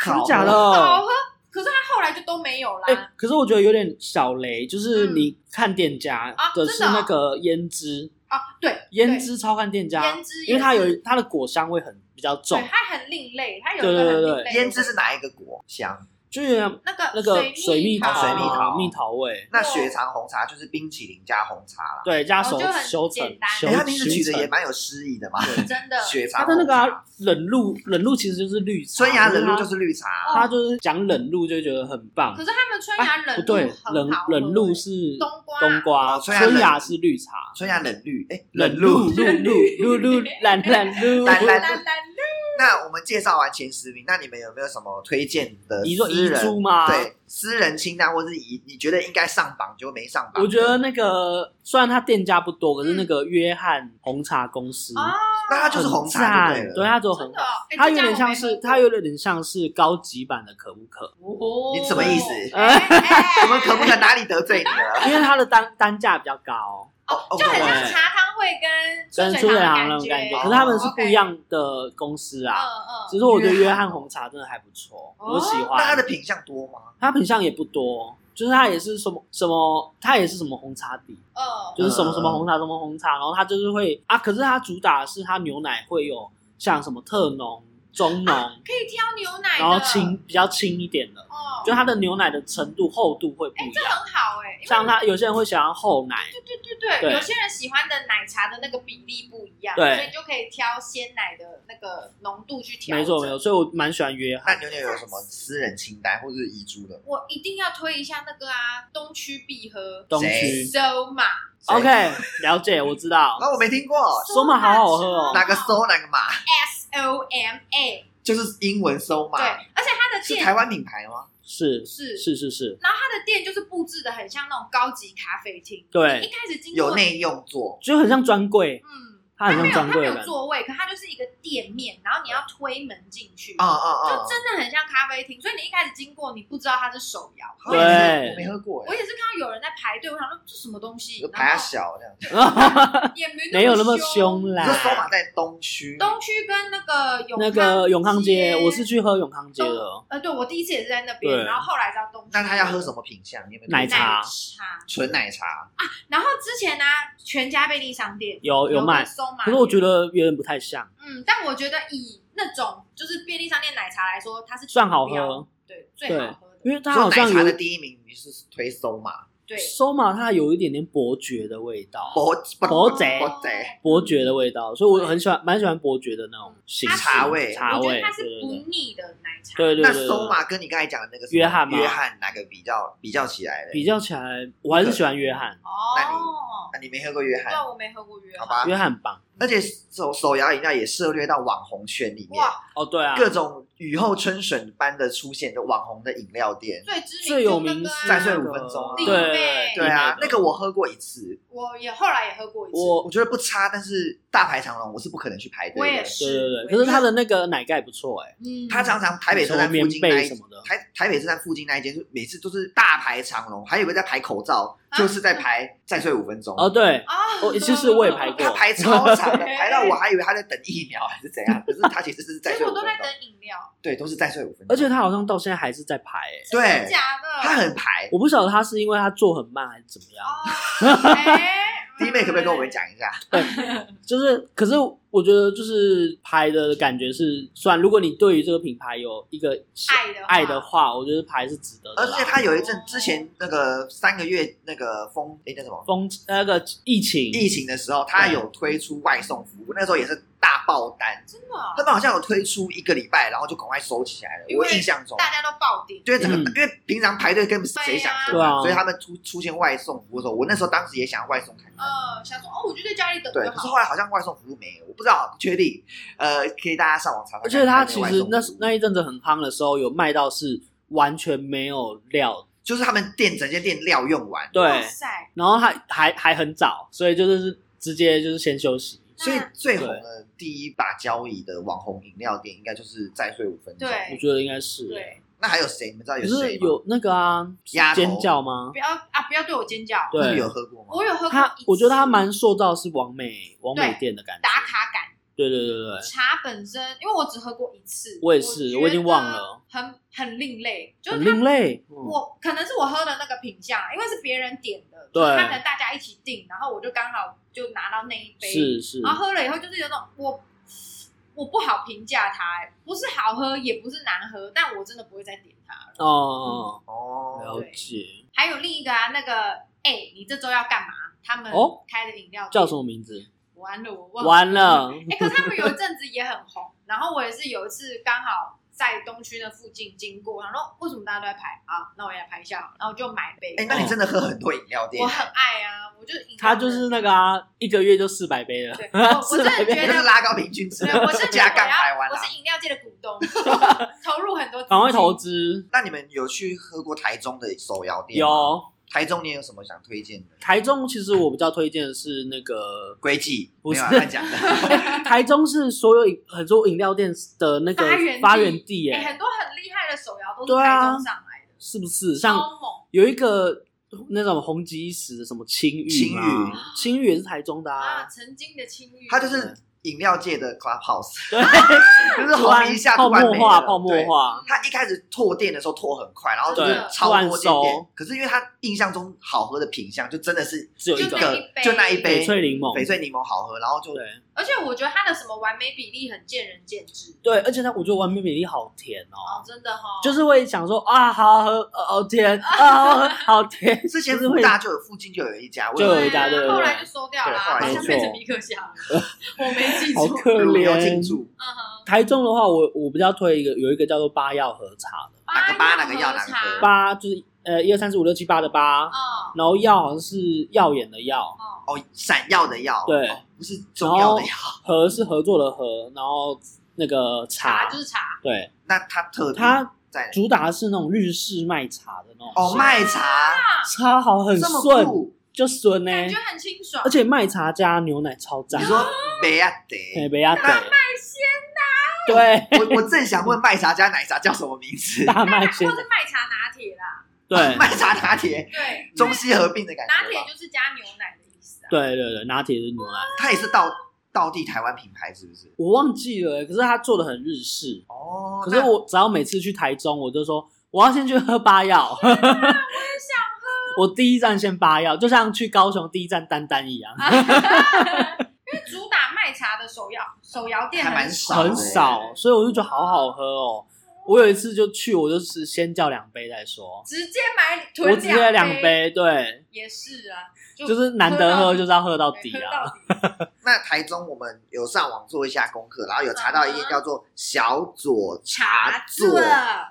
S3: 真的
S1: 好
S3: 假的？
S2: 好喝，可是它后来就都没有啦。
S3: 哦哎、可是我觉得有点小雷，就是
S2: 嗯
S3: 你看店家
S2: 啊
S3: 的
S2: 真
S3: 是
S2: 的哦
S3: 那个胭脂，
S2: 啊，对，
S3: 胭脂超看店
S2: 对
S3: 家
S2: 胭，脂也是，
S3: 因为它有它的果香味很比较重
S2: 对，，它很另类，它有一个很
S3: 对对对
S2: 另类的
S1: 胭脂是哪一个果香？
S3: 就是
S2: 那个
S3: 那个
S2: 水
S3: 水蜜
S2: 桃，啊
S3: 桃、
S1: 水蜜桃
S3: 蜜桃味，
S1: 那雪藏红茶就是冰淇淋加红茶啦。
S3: 对，加手
S2: 哦就很
S3: 修成
S2: 简单
S3: 修
S1: 哎、它名字取
S3: 修
S1: 的也
S3: 成。
S1: 蛮有诗意的嘛。
S3: 对
S2: 真的
S1: 雪藏
S3: 它
S1: 红
S3: 的
S1: 茶
S3: 那个、啊、冷露，冷露其实就是绿茶，
S1: 春芽冷露就是是绿茶，
S3: 它它就是讲冷露就会觉得很棒
S2: 可。是他们春芽
S3: 啊不
S2: 冷露
S3: 对
S2: 很，好
S3: 冷
S2: 喝欸
S3: 冷露是
S2: 冬瓜
S3: 冬瓜，
S1: 哦春芽冷
S3: 春芽是绿茶，
S1: 春芽冷绿，哎、
S3: 冷
S1: 露
S3: 露。露 露露露懒懒露，
S1: 懒懒
S2: 蓝蓝蓝绿
S1: 那我们介绍完前十名，那你们有没有什么推荐的
S3: 你说
S1: 私
S3: 遗
S1: 人？
S3: 珠吗？，
S1: 对，私人清单或是遗，你觉得应该上榜就没上榜的？
S3: 我觉得那个虽然它店家不多，可是那个约翰红茶公司，
S2: 啊，
S1: 那它嗯就是红茶就
S3: 很
S1: 对
S3: 赞
S1: 了。
S3: 对，啊它做
S2: 真
S3: 红
S2: 的，，哎这
S3: 它有
S2: 家我
S3: 点
S2: 没
S3: 像
S2: 喝
S3: 是
S2: 过
S3: 它有点像是高级版的可不可，
S2: 哦
S1: 你什么意思
S2: 哎哎
S1: 我们可不可哪里得罪你了？
S3: 因为它的单单价比较 高，
S2: 哦
S1: 哦
S2: 就很像
S3: 对
S2: 茶汤会跟春
S3: 跟出
S2: 水
S3: 水
S2: 堂
S3: 堂
S2: 的
S3: 那种感觉，
S1: 哦
S3: 可是他们是
S2: OK
S3: 不一样的公司
S2: 嗯
S3: 啊。只
S2: 嗯，
S3: 是我觉得约翰红茶真的还不错，
S2: 哦
S3: 我喜
S1: 那它
S3: 欢
S1: 的。品相多吗？
S3: 它品相也不多，就是它也是什么什么，它也是什么红茶底，
S2: 嗯
S3: 就是什么什么红茶，什么红茶，然后它就是会啊，可是它主打的是它牛奶会有像什么特浓、中浓，
S2: 可以挑牛哎奶的，
S3: 然后轻比较轻一点的，
S2: 哦，
S3: 就它的牛奶的程度厚度会不
S2: 哎、
S3: 一
S2: 这
S3: 样。
S2: 很好哎、因为
S3: 像它有些人会想要厚奶，
S2: 对对对对，
S3: 对
S2: 有些人喜欢的奶茶的那个比例不一样，
S3: 对
S2: 所以你就可以挑鲜奶的那个浓度去调。
S3: 没错没。错，所以我蛮喜欢约翰。
S1: 那牛牛有什么私人清单或者是遗珠的？
S2: 我一定要推一下那个啊，东区必喝
S3: 东
S1: 谁
S3: 区
S2: Soma，
S1: 谁
S3: ，OK，了解，我知道。
S1: 啊，我没听过，
S3: 索玛好好喝哦
S1: 哪个搜哪个马，
S2: S O M A，
S1: 就是英文搜
S2: 对
S1: 嘛，，
S2: 而且它的
S1: 是
S2: 店
S1: 台湾品牌吗？
S3: 是
S2: 是
S3: 是是是，
S2: 然后它的店就是布置的很像那种高级咖啡厅，一
S3: 对，
S2: 开始经过
S1: 有内用座，
S3: 就很像专柜，
S2: 嗯，
S3: 它很
S2: 没
S3: 像
S2: 有它
S3: 专
S2: 没
S3: 柜的
S2: 有
S3: 感觉。
S2: 座位，可它就是一个店面，然后你要推门进去，
S1: 啊啊啊！
S2: 就真的很像咖啡厅，所以你一开始经过你不知道它是手摇，
S1: 好像没
S3: 对
S1: 我没喝过
S2: 我
S1: 哎，
S2: 也是看到有人在排队，我想说这什么东西，
S1: 就
S2: 然
S1: 排啊
S2: 后
S1: 小这样。
S2: 也没
S3: 没有那么
S2: 凶
S3: 凶。
S1: 你说搜马
S3: 啦。
S1: 在东区，
S2: 东区跟那个永
S3: 那个永康街，我是
S2: 街
S3: 去喝永康街的，
S2: 呃，对我第一次也是在那边，
S3: 对
S2: 然后后来到东区。
S1: 那他要喝什么品相？你有没有
S3: 奶
S2: 奶
S3: 茶
S2: 茶
S1: 纯奶茶，
S2: 然后之前呢、全家便利商店
S3: 有有卖，
S2: 松
S3: 可是我觉得有点不太像，
S2: 嗯，但我觉得以那种就是便利商店奶茶来说，它是
S3: 算好
S2: 指标
S3: 喝，
S2: 对，最好喝的，
S3: 因为它
S1: 所
S3: 好
S1: 以奶
S3: 像
S1: 茶
S3: 有
S1: 的第一名你是推搜马，
S2: 对，
S3: 收嘛，它有一点点伯爵的味道，
S1: 伯
S3: 伯爵
S1: 伯爵
S3: 伯爵的味道，所以我很喜欢，蛮喜欢伯爵的那种形式
S1: 茶味
S3: 茶
S2: 我觉得，
S3: 味
S2: 它是
S3: 对
S2: 不腻的奶茶，
S3: 对对对
S1: 那
S3: 对对
S1: 搜
S3: 对。
S1: 马跟你刚才讲的那个什么
S3: 约翰吗
S1: 约翰哪个比较比较起来的？
S3: 比较起来，我还是喜欢约翰，
S1: 那你
S2: 哦，
S1: 啊那你没喝过约
S2: 对，
S1: 翰，
S2: 我没喝过约
S1: 好
S2: 翰，
S1: 吧？
S3: 约翰很棒。
S1: 而且手手摇饮料也涉略到网红圈里面，
S2: 哇，
S3: 哦，对啊，
S1: 各种雨后春笋般的出现的网红的饮料店，
S2: 最知名
S3: 最有
S2: 就那
S3: 名
S2: 个啊
S3: 是
S1: 再睡五分钟啊
S3: 对
S2: 对
S3: 对
S1: 对啊，那个我喝过一次，
S2: 我也后来也喝过一次，
S3: 我
S1: 我觉得不差，但是大排长龙我是不可能去排
S2: 我
S1: 队的。
S2: 也
S3: 对对对，
S2: 是，
S3: 可是它的那个奶盖不错哎，
S2: 嗯，
S1: 他常常台北车
S3: 什么
S1: 站附
S3: 棉
S1: 近那
S3: 被
S1: 一
S3: 什么的，
S1: 台台北车站附近那一间，就每次都是大排长龙，还有个在排口罩，
S2: 啊
S1: 就是在排再睡五分钟。
S3: 哦，对，
S2: 啊，
S3: 哦其实我也排过
S1: 他排超长的，
S2: 对
S1: 排到我还以为他在等疫苗还是怎 样，可是他其实是再
S2: 其
S1: 睡
S2: 实
S1: 五
S2: 我
S1: 分
S2: 都
S1: 钟
S2: 在。等饮料，
S1: 对，都是再睡五分钟。
S3: 而且它好像到现在还是在排哎，
S2: 真的
S1: 对，
S2: 假的，
S1: 他很排。
S3: 我不晓得它是因为它做很慢还是怎么样，
S2: 哦，哎
S1: 弟妹可不可以跟我们？讲一下？
S3: 就是，可是我觉得就是拍的感觉是，虽然如果你对于这个品牌有一个
S2: 爱的话
S3: 爱的话，我觉得拍是值得的
S1: 而
S3: 啦。
S1: 且他有一阵之前那个三个月那个封诶那叫什么
S3: 风那个疫情，
S1: 疫情的时候，他有推出外送服务，那时候也是大爆单，
S2: 真的哦
S1: 他，们好像有推出一个礼拜，然后就赶快收起来了。
S2: 因为
S1: 我印象中，
S2: 大家都爆点，
S1: 就是整个、
S3: 嗯
S1: 因为平常排队根本谁想喝
S3: 对啊
S1: 所以他们出出现外送服务的时候，我那时候当时也想要外送看看。
S2: 嗯，想说哦，我就在家里等
S1: 对，
S2: 就
S1: 可是
S2: 好。
S1: 后来好像外送服务没有，我不知道，不确定。呃，可以大家上网查查看。
S3: 而且它
S1: 他
S3: 其实那那一阵子很夯的时候，有卖到是完全没有料，
S1: 就是他们店整间店料用完，
S2: 哇
S3: 对，
S2: 塞，
S3: 然后还还还很早，所以就是直接就是先休息。
S1: 所以最红的第一把交椅的网红饮料店，应该就是再睡五分钟。
S2: 对
S3: 我觉得应该是，
S2: 对，
S1: 那还有谁？你们知道
S3: 可
S1: 有
S3: 是
S1: 谁吗？
S3: 有那个啊
S1: 鸭头
S3: 尖叫吗
S2: 不？要啊，不要对我尖叫。
S3: 对
S1: 你们有喝过吗？
S2: 我有喝过
S3: 他
S2: 一次，
S3: 我觉得他蛮塑造是王美王美
S2: 对
S3: 店的感觉，
S2: 打卡感。
S3: 对对对对。
S2: 茶本身，因为我只喝过一次，
S3: 我也是我已经忘了，
S2: 很很另类，就
S3: 很
S2: 是它
S3: 另类。
S2: 我可能是我喝的那个品相，因为是别人点的，
S3: 对
S2: 就是他们大家一起订，然后我就刚好就拿到那一杯，
S3: 是是，
S2: 然后喝了以后就是有种我我不好评价它、哎不是好喝也不是难喝，但我真的不会再点它了。
S3: 哦，
S1: 哦，
S2: 嗯
S3: 了解，
S2: 还有另一个啊，那个哎、你这周要干嘛？他们
S3: 哦
S2: 开的饮料店
S3: 叫什么名字？
S2: 完了，我忘了
S3: 完。了，
S2: 哎、可是他们有一阵子也很红，然后我也是有一次刚好在东区那附近经过，然后为什么大家都在排啊？那我也来排一下好了，然后我就买杯。
S1: 哎，那你真的喝很多饮料店
S2: 我，很爱啊，我就饮料
S3: 他就是那个啊，一个月就四百杯了，
S2: 对，我我真
S3: 400
S2: 的
S3: 杯
S1: 你
S2: 觉
S1: 就是
S2: 得。
S1: 拉高平均值
S2: 对，我 是
S1: 加杠
S2: 台
S1: 台湾啊
S2: 我
S1: 啦。
S2: 是饮料界的股 东，投入很多资金，
S3: 赶快投资。
S1: 那你们有去喝过台中的手摇店？。
S3: 有
S2: 啊
S1: 台中你有什么想推荐的？，
S3: 台中，其实我比较推荐的是那个
S1: 归记
S3: 不是
S1: 没有啊乱讲 的。
S3: 台中是所有饮很多饮料店的那个
S2: 发源地
S3: 发源地，
S2: 哎、
S3: 哎，
S2: 很多很厉害的手摇都是
S3: 对
S2: 台
S3: 啊
S2: 中上来的，
S3: 是不是？像
S2: 超猛
S3: 有一个那种红极一时的什么青玉嘛，青玉也是台中的
S2: 啊！
S3: 啊，
S2: 曾经的青玉，
S1: 它就是饮料界的 Clubhouse，
S3: 对，
S1: 就是红一下
S3: 泡
S1: 突然
S3: 沫
S1: 没
S3: 化，
S1: 了
S3: 泡沫
S1: 对
S2: 嗯
S3: 化，
S1: 他一开始拓店的时候拓很快，然后就是
S2: 对
S1: 超多间
S3: 突然
S1: 店
S3: 熟，
S1: 可是因为他印象中好喝的品相就真的是
S3: 只有一
S1: 一
S3: 种
S1: 个
S2: 就
S1: 就
S2: 那
S1: 那
S2: 一
S1: 一
S2: 杯
S1: 杯
S3: 翡翠柠檬，
S1: 翡翠柠檬好喝，然后就
S3: 对
S2: 而且我觉得它的什么完美比例很见仁见智。
S3: 对，而且它我觉得完美比例好甜
S2: 哦
S3: 哦，，
S2: 真的哈、哦，
S3: 就是会想说啊，好喝，呃好甜，啊好喝，好甜，
S1: 之前
S3: 就是
S1: 福
S3: 会
S1: 大就有附近就有一家，我
S3: 就有
S1: 有
S3: 一家对啊对对
S2: 啊后来就收掉了，
S1: 对
S2: 好
S1: 后来
S3: 就
S2: 像变成米克夏了，我没记
S3: 好
S2: 住。
S3: 可
S1: 乳牛进
S3: 怜。
S1: 驻，
S2: 嗯哼，
S3: 台中的话，我我比较推一个，有一个叫做八药和茶的，
S1: 哪个八哪个
S2: 八
S1: 药
S2: 和
S1: 哪个
S2: 茶
S1: 喝
S3: 八就是呃一二三四五六七八的八，
S2: 哦
S3: 然后耀好像是耀眼的耀，
S2: 哦，
S1: 哦，闪耀的耀，
S3: 对
S1: 哦不是中药的药。
S3: 和是合作的和，然后那个
S2: 茶
S3: 茶
S2: 就是茶，
S3: 对，
S1: 那它特别
S3: 它
S1: 在哪
S3: 主打的是那种日式卖茶的那种
S1: 哦
S3: 香
S1: 卖茶
S3: 茶好很
S1: 这么
S3: 顺，
S1: 酷，
S3: 就顺呢、
S2: 感觉很清爽
S3: 而。且卖茶加牛奶超赞
S1: 你，说梅亚
S3: 哎，
S1: 得？
S3: 不要
S1: 大
S3: 等，
S2: 先
S3: 对，
S1: 我我正想问麦茶加奶茶叫什么名字？
S3: 大麦先
S2: 或，是麦茶拿铁啦，
S3: 对
S1: 麦茶拿铁，
S2: 对，
S1: 中西合并的感
S2: 拿
S1: 觉
S2: 铁
S1: 吧。
S2: 就是加牛奶的意思啊。
S3: 对对对，拿铁是牛奶，
S1: 它也是道道地台湾品牌是不是？
S3: 我忘记了、欸可是它做的很日式，
S1: 哦，
S3: 可是
S1: 那
S3: 我只要每次去台中，我就说我要先去喝八 药，我也想喝，我第一站先八药，就像去高雄第一站丹丹一样，
S2: 因为主打麦茶的手摇手摇店
S1: 还蛮
S2: 少，
S1: 少的欸
S3: 很少，欸所以我就觉得好好喝哦。我有一次就去，我就是先叫两杯再说，
S2: 直接买
S3: 我
S2: 囤
S3: 直接两
S2: 杯
S3: 杯，对，
S2: 也是啊，就
S3: 就是难得喝就是要喝到
S2: 到
S3: 底
S2: 喝
S3: 啊，
S2: 到底
S1: 那台中我们有上网做一下功课，然后有查到一间叫做小左茶座。
S2: 嗯座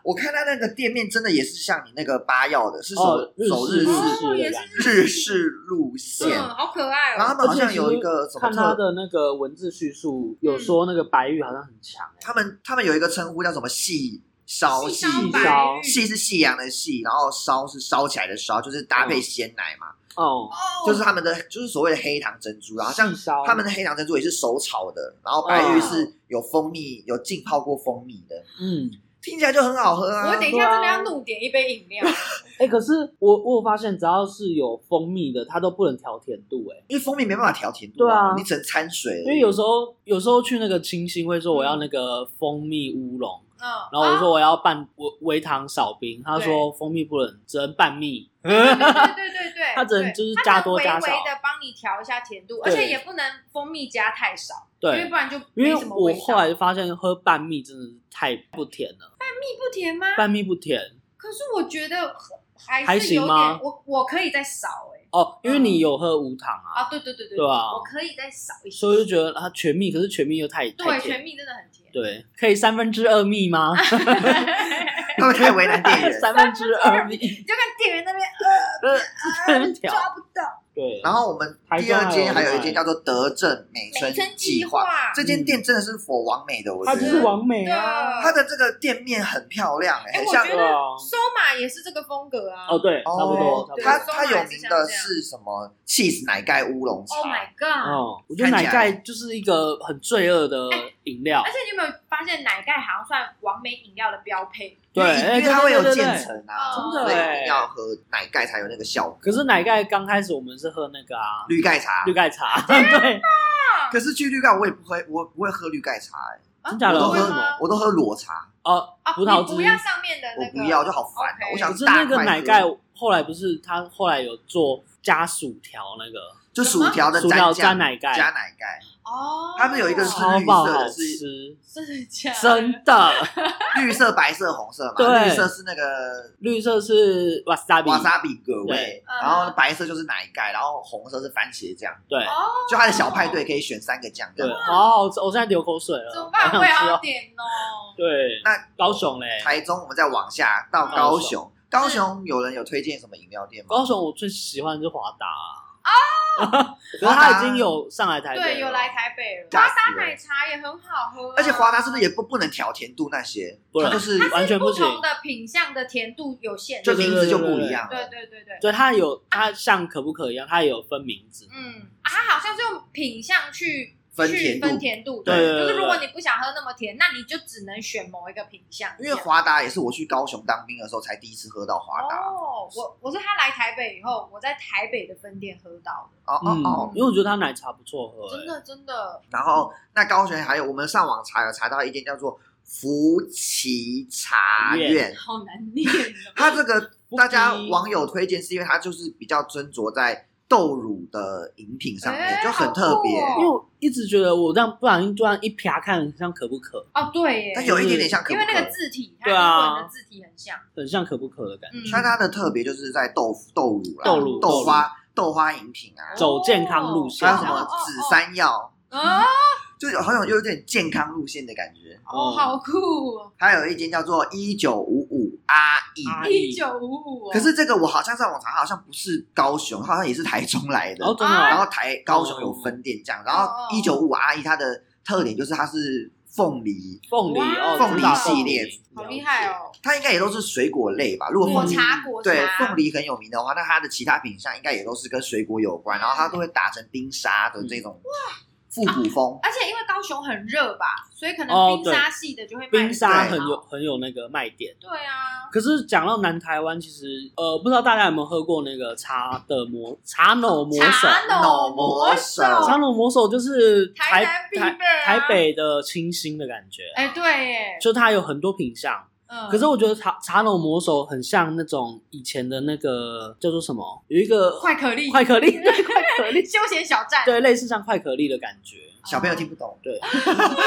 S1: 我看他那个店面真的也是像你那个八药的，是什么、
S3: 哦日式
S1: 走日式
S3: 式的
S2: 也
S3: 感
S2: 是
S1: 日式路线？
S2: 嗯，好可爱
S1: 然后他
S2: 哦。
S1: 们好像有一个什么
S3: 看他
S1: 特，
S3: 的那个文字叙述，有说那个白玉好像很强、欸，
S1: 他们他们有一个称呼叫什么细烧细
S2: 细烧
S3: 白烧
S1: 细是细阳的细，然后烧是烧起来的烧，就是搭配鲜奶嘛，
S3: 哦，
S2: 哦，
S1: 就是他们的就是所谓的黑糖珍珠，然后像
S3: 细烧
S1: 他们的黑糖珍珠也是手炒的，然后白玉是有蜂蜜有浸泡过蜂蜜的，
S3: 嗯，
S1: 听起来就很好喝啊。
S2: 哦我等一下真的要怒点一杯饮料，
S3: 哎、可是我我有发现只要是有蜂蜜的，它都不能调甜度、欸，哎，
S1: 因为蜂蜜没办法调甜度，
S3: 对啊
S1: 你只能掺水而已。
S3: 因为有时候有时候去那个清新会说我要那个蜂蜜乌龙，
S2: 嗯，
S3: 然后我说我要半我微糖少冰，他说蜂蜜不能，只能半 蜜，
S2: 对对对对，
S3: 它只能
S2: 对
S3: 就是
S2: 它
S3: 加
S2: 能
S3: 多加
S2: 微微
S3: 少
S2: 的帮你调一下甜度，而
S3: 对
S2: 且也不能蜂蜜加太少，因为
S3: 对
S2: 不。然就
S3: 因为
S2: 没什么
S3: 我
S2: 味道
S3: 后来发现喝半蜜真的是太不甜了，
S2: 蜜不甜吗？
S3: 半蜜不甜
S2: 可是我觉得还
S3: 还
S2: 是有
S3: 行
S2: 点
S3: 吗，
S2: 我我可以再少哎，
S3: 哦，因为
S2: 嗯
S3: 你有喝无糖啊，
S2: 啊，对对对对
S3: 对啊
S2: 我可以再少一些
S3: 所以，我就觉得它全蜜，可是全蜜又太太
S2: 对，
S3: 甜
S2: 全蜜真的很甜，
S3: 对，可以三分之二蜜吗？
S1: 他们太为难店员。
S3: 三分之二 蜜，
S2: 你就看店员那边
S3: 这边调。
S2: 抓不到，
S3: 对，
S1: 然后我们第二间还有一间叫做德政美
S2: 美村
S1: 村
S2: 计
S1: 计
S2: 划
S1: 划，这间店真的是佛完美的，我觉
S3: 它
S1: 得。
S3: 就是完美
S2: 对
S3: 啊。
S1: 它的这个店面很漂亮、欸，
S2: 哎
S1: 很
S2: 我
S1: 像
S2: 觉得收马也是这个风格啊。
S3: 哦，对，差
S1: 哦
S3: 不多，差不多。嗯
S1: 它
S2: 对
S1: 它有名的是什么 cheese 奶盖乌龙茶
S2: Oh my god！
S3: 哦，我觉得奶盖就是一个很罪恶的
S1: 哎
S3: 饮料
S2: 而，且你有没有发现奶盖好像算完美饮料的标配？
S3: 对，
S1: 因为
S3: 哎
S1: 因为它会有
S3: 对对对
S1: 渐层啊，
S2: 哦
S1: 所以
S3: 真的欸
S1: 一定要喝奶盖才有那个效果。
S3: 可是奶盖刚开始我们是喝那个啊，
S1: 绿盖茶
S2: 嗯
S3: 绿，盖茶，对，
S1: 可是去绿盖我也不会，我不会喝绿盖茶、欸，
S2: 啊
S3: 真假
S1: 我
S3: 的
S1: 都
S2: 会
S1: 喝
S2: 吗？
S1: 我都喝裸茶，
S3: 哦，
S2: 啊，
S3: 葡萄
S2: 你
S3: 汁
S2: 不要上面的
S1: 我
S2: 那个，
S1: 不要，就好烦哦、
S2: OK
S1: 我
S3: 可
S1: 想
S3: 是
S1: 大
S3: 那
S1: 块
S3: 个
S1: 喝
S3: 奶盖后来不是他后来有做加薯条那个，
S1: 就薯条的
S3: 薯条
S1: 蘸
S3: 加
S1: 酱
S3: 奶盖
S1: 加奶盖，
S2: 哦，
S1: 他们有一个是
S3: 超
S1: 绿
S3: 爆
S1: 色
S3: 好
S1: 的是
S3: 吃，
S2: 真的假的？
S3: 真的。
S1: 绿色、白色、红色嘛，
S3: 对
S1: 绿色是那个
S3: 绿色是 wasabi，
S1: 瓦萨比葛味
S3: 对，
S2: 嗯
S1: 然后白色就是奶盖，然后红色是番茄酱。
S3: 对
S2: 哦，
S1: 就他的小派对可以选三个酱
S3: 对，
S1: 料。
S3: 哦，我现在流口水了，
S2: 怎么
S3: 好
S2: 办？
S3: 想
S2: 我也
S3: 吃
S2: 要
S3: 哦。
S2: 点哦。
S3: 对，
S1: 啊那
S3: 高雄嘞，
S1: 台中，我们再往下到高雄。高雄有人有推荐什么饮料店吗？
S3: 高雄我最喜欢的是华达啊，
S1: 哦
S3: 可是他已经有上来台北了，
S2: 对，有来台北了。
S1: 吓
S2: 华
S1: 死人
S2: 沙奶茶也很好喝啊，
S1: 而且华达是不是也不不能调甜度那些？
S3: 不能
S1: 它就是
S3: 完全
S2: 不
S3: 行。
S2: 同的品相的甜度有限？
S1: 就
S3: 对
S1: 名字就不一样
S2: 对
S1: 了。
S2: 对对对，
S3: 对，他有他像可不可一样，他也有分名字，
S2: 嗯，啊它好像是用品相去
S1: 分
S2: 去
S1: 甜
S2: 分
S1: 度，
S2: 甜度，
S3: 对对对
S2: 就是
S3: 对
S2: 如果你不想喝那么甜，那你就只能选某一个品相。
S1: 因为华达也是我去高雄当兵的时候才第一次喝到华达。
S2: 哦，我我是他来台北以后，我在台北的分店喝到的，
S1: 哦哦
S3: 嗯
S1: 哦，，
S3: 因为我觉得它奶茶不错喝、欸
S2: 真的真的，
S1: 然后那高雄还有我们上网查有查到一间叫做福奇茶院，。
S2: 好难念哦
S1: 它这个
S3: 福奇
S1: 大家网友推荐是因为它就是比较斟酌在豆乳的饮品上面，
S2: 哎
S1: 就很特别。
S2: 好酷哦
S3: 因为我一直觉得我这样不小心突然一瞥看，很像可不可，
S2: 哦，对耶，
S1: 但有一点点像可不
S2: 因
S1: 可，
S2: 为那个字体，它
S3: 对啊
S2: 英文的字体很像。
S3: 很像可不可的感觉。
S2: 嗯，
S1: 但它的特别就是在豆腐、豆乳啦、
S3: 豆乳
S1: 豆花、豆花饮品啊，
S3: 走健康路线
S1: 还有什
S3: 哦
S1: 么紫山药，
S2: 哦哦
S1: 就有好像有点健康路线的感觉。
S2: 哦，好酷哦，
S1: 还有一间叫做一九五五阿
S3: 阿
S1: 姨，
S3: 姨
S2: 一九五五。哦
S1: 可是这个我好像上网查，好像不是高雄，它好像也是台中来的
S3: 然。后真的
S2: 啊
S1: 然
S3: 哦，
S1: 后台高雄有分店这样，然后
S2: 哦
S1: 一九五阿姨它的特点就是它是凤梨，
S3: 凤梨哦，
S2: 凤梨
S3: 知道
S1: 系列
S2: 好厉害！
S3: 了解
S2: 哦，
S1: 它应该也都是水果类吧？如果
S2: 果
S1: 凤梨
S2: 茶果茶，
S1: 对凤梨很有名的话，那它的其他品相应该也都是跟水果有关，然后它都会
S2: 嗯
S1: 打成冰沙的这种复古风。
S2: 而且因为高雄很热吧，所以可
S3: 哦
S2: 能冰沙系的就会卖得
S3: 冰沙
S2: 更
S3: 很
S2: 好
S3: 有。很有那个卖点。
S2: 对啊，
S3: 可是讲到南台湾，其实呃，不知道大家有没有喝过那个茶的魔茶脑魔手？
S2: 茶
S1: 脑
S2: 脑
S1: 魔
S2: 魔
S1: 手
S2: 手，
S3: 茶脑魔手就是
S2: 台
S3: 台
S2: 南必备
S3: 台
S2: 啊
S3: 台。北的清新的感觉，
S2: 哎，对耶，
S3: 就它有很多品相。
S2: 嗯，
S3: 可是我觉得茶茶脑魔手很像那种以前的那个叫做什么，有一个
S2: 快可丽，
S3: 快可 丽，对快可丽，
S2: 休闲小站，
S3: 对，类似像快可丽的感觉。
S1: 小朋友听不懂，
S2: 哦
S3: 对，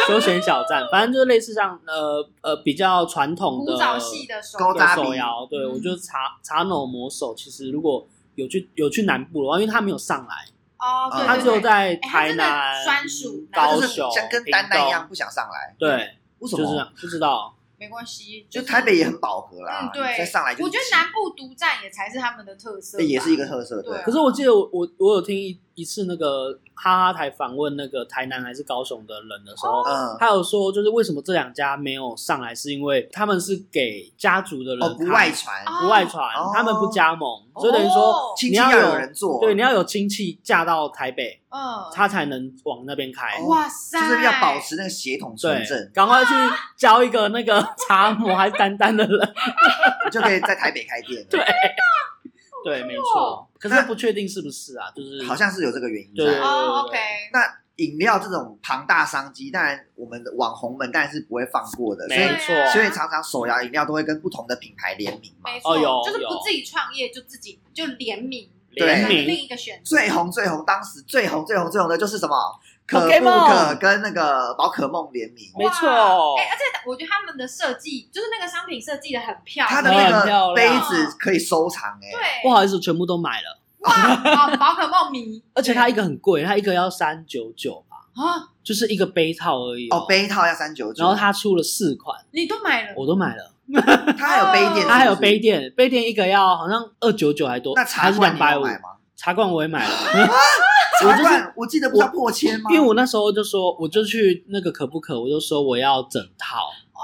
S3: 休闲小站，反正就是类似像呃呃比较传统的
S2: 古早系的手
S1: 高
S2: 摇
S1: 达
S3: 手摇。对，
S2: 嗯
S3: 我觉得茶茶脑魔手其实如果有去有去南部的话，因为他没有上来，
S2: 哦，
S1: 嗯
S2: 对，对
S3: 他
S2: 对
S3: 啊只有在
S2: 哎他
S3: 台
S2: 真的
S3: 南、
S2: 专属南
S1: 就
S3: 高
S2: 部
S1: 是
S3: 雄、
S1: 像跟
S3: 屏
S1: 丹丹一样
S3: 东，
S1: 不想上来，
S3: 对，
S1: 为什
S3: 就
S1: 么？
S3: 是啊这
S1: 嗯
S3: 样，不知道。
S2: 没关系，
S1: 就是台北也很饱和啦
S2: 嗯，，对，
S1: 再上来就
S2: 我觉得南部独占也才是他们的特色吧，
S1: 也是一个特色，对
S2: 对啊
S3: 可是我记得我我我有听一一次那个哈哈台访问那个台南还是高雄的人的时候，
S1: 嗯，
S3: 他有说就是为什么这两家没有上来，是因为他们是给家族的人
S1: 哦，不
S3: 看
S1: 外传，
S2: 哦
S3: 不外传
S1: 哦，
S3: 他们不加盟，
S2: 哦
S3: 所以等于说
S1: 亲戚
S3: 你要
S1: 要有人做，
S3: 对，你要有亲戚嫁到台北，
S2: 嗯，
S3: 他才能往那边开。
S1: 哦
S2: 哇
S1: 就
S2: 塞，
S1: 是要保持那个血统纯
S3: 对
S1: 正，，
S3: 赶快去交一个那 个茶魔还是丹丹的人。
S1: 你就可以在台北开店了。
S3: 对，对，没错。可是不确定是不是啊，就是
S1: 好像是有这个原因
S3: 对对
S1: 在。
S2: 哦
S3: 对对
S2: ，OK，
S1: 那饮料这种庞大商机，当然我们的网红们当然是不会放过的，所
S3: 没
S1: 以
S3: 错
S2: 对啊
S1: 所以常常手摇饮料都会跟不同的品牌联名嘛。
S2: 没
S3: 哦有
S2: 错，就是
S3: 有
S2: 不自己创业就自己就联名，
S1: 对
S3: 联
S2: 那是另
S3: 名
S2: 一个选择，
S1: 最红最红，当时最红最红最红的就是什么？可不
S3: Pokemon
S1: 可跟那个宝可梦联名，
S3: 没错
S2: 哇哎，而且我觉得他们的设计，就是那个商品设计的很漂
S1: 它
S2: 亮，
S1: 的
S3: 哇
S1: 那
S3: 很漂
S1: 个杯
S3: 亮
S1: 子可以收藏哎、欸，
S2: 对，
S3: 不好意思，全部都买了，
S2: 哇，哦，宝可梦迷，
S3: 而且它一
S2: 对
S3: 个很贵，它一个要三九九吧，
S2: 啊，
S3: 就是一个杯套而已。
S1: 哦，。杯套要三九九，
S3: 然后它出了四款，
S2: 你都买了，
S3: 我都买了。
S1: 它还有杯垫，
S3: 它还有杯
S1: 是
S3: 垫，杯垫一个要好像二九九还多，
S1: 嗯不是，那
S3: 还
S1: 茶
S3: 是
S1: 罐
S3: 两
S1: 你
S3: 百
S1: 有
S3: 五。
S1: 买吗？
S3: 茶罐我也买了， 我
S1: 茶
S3: 就是
S1: 罐我记得不是要破千吗？
S3: 因为我那时候就说，我就去那个可不可，我就说我要整套，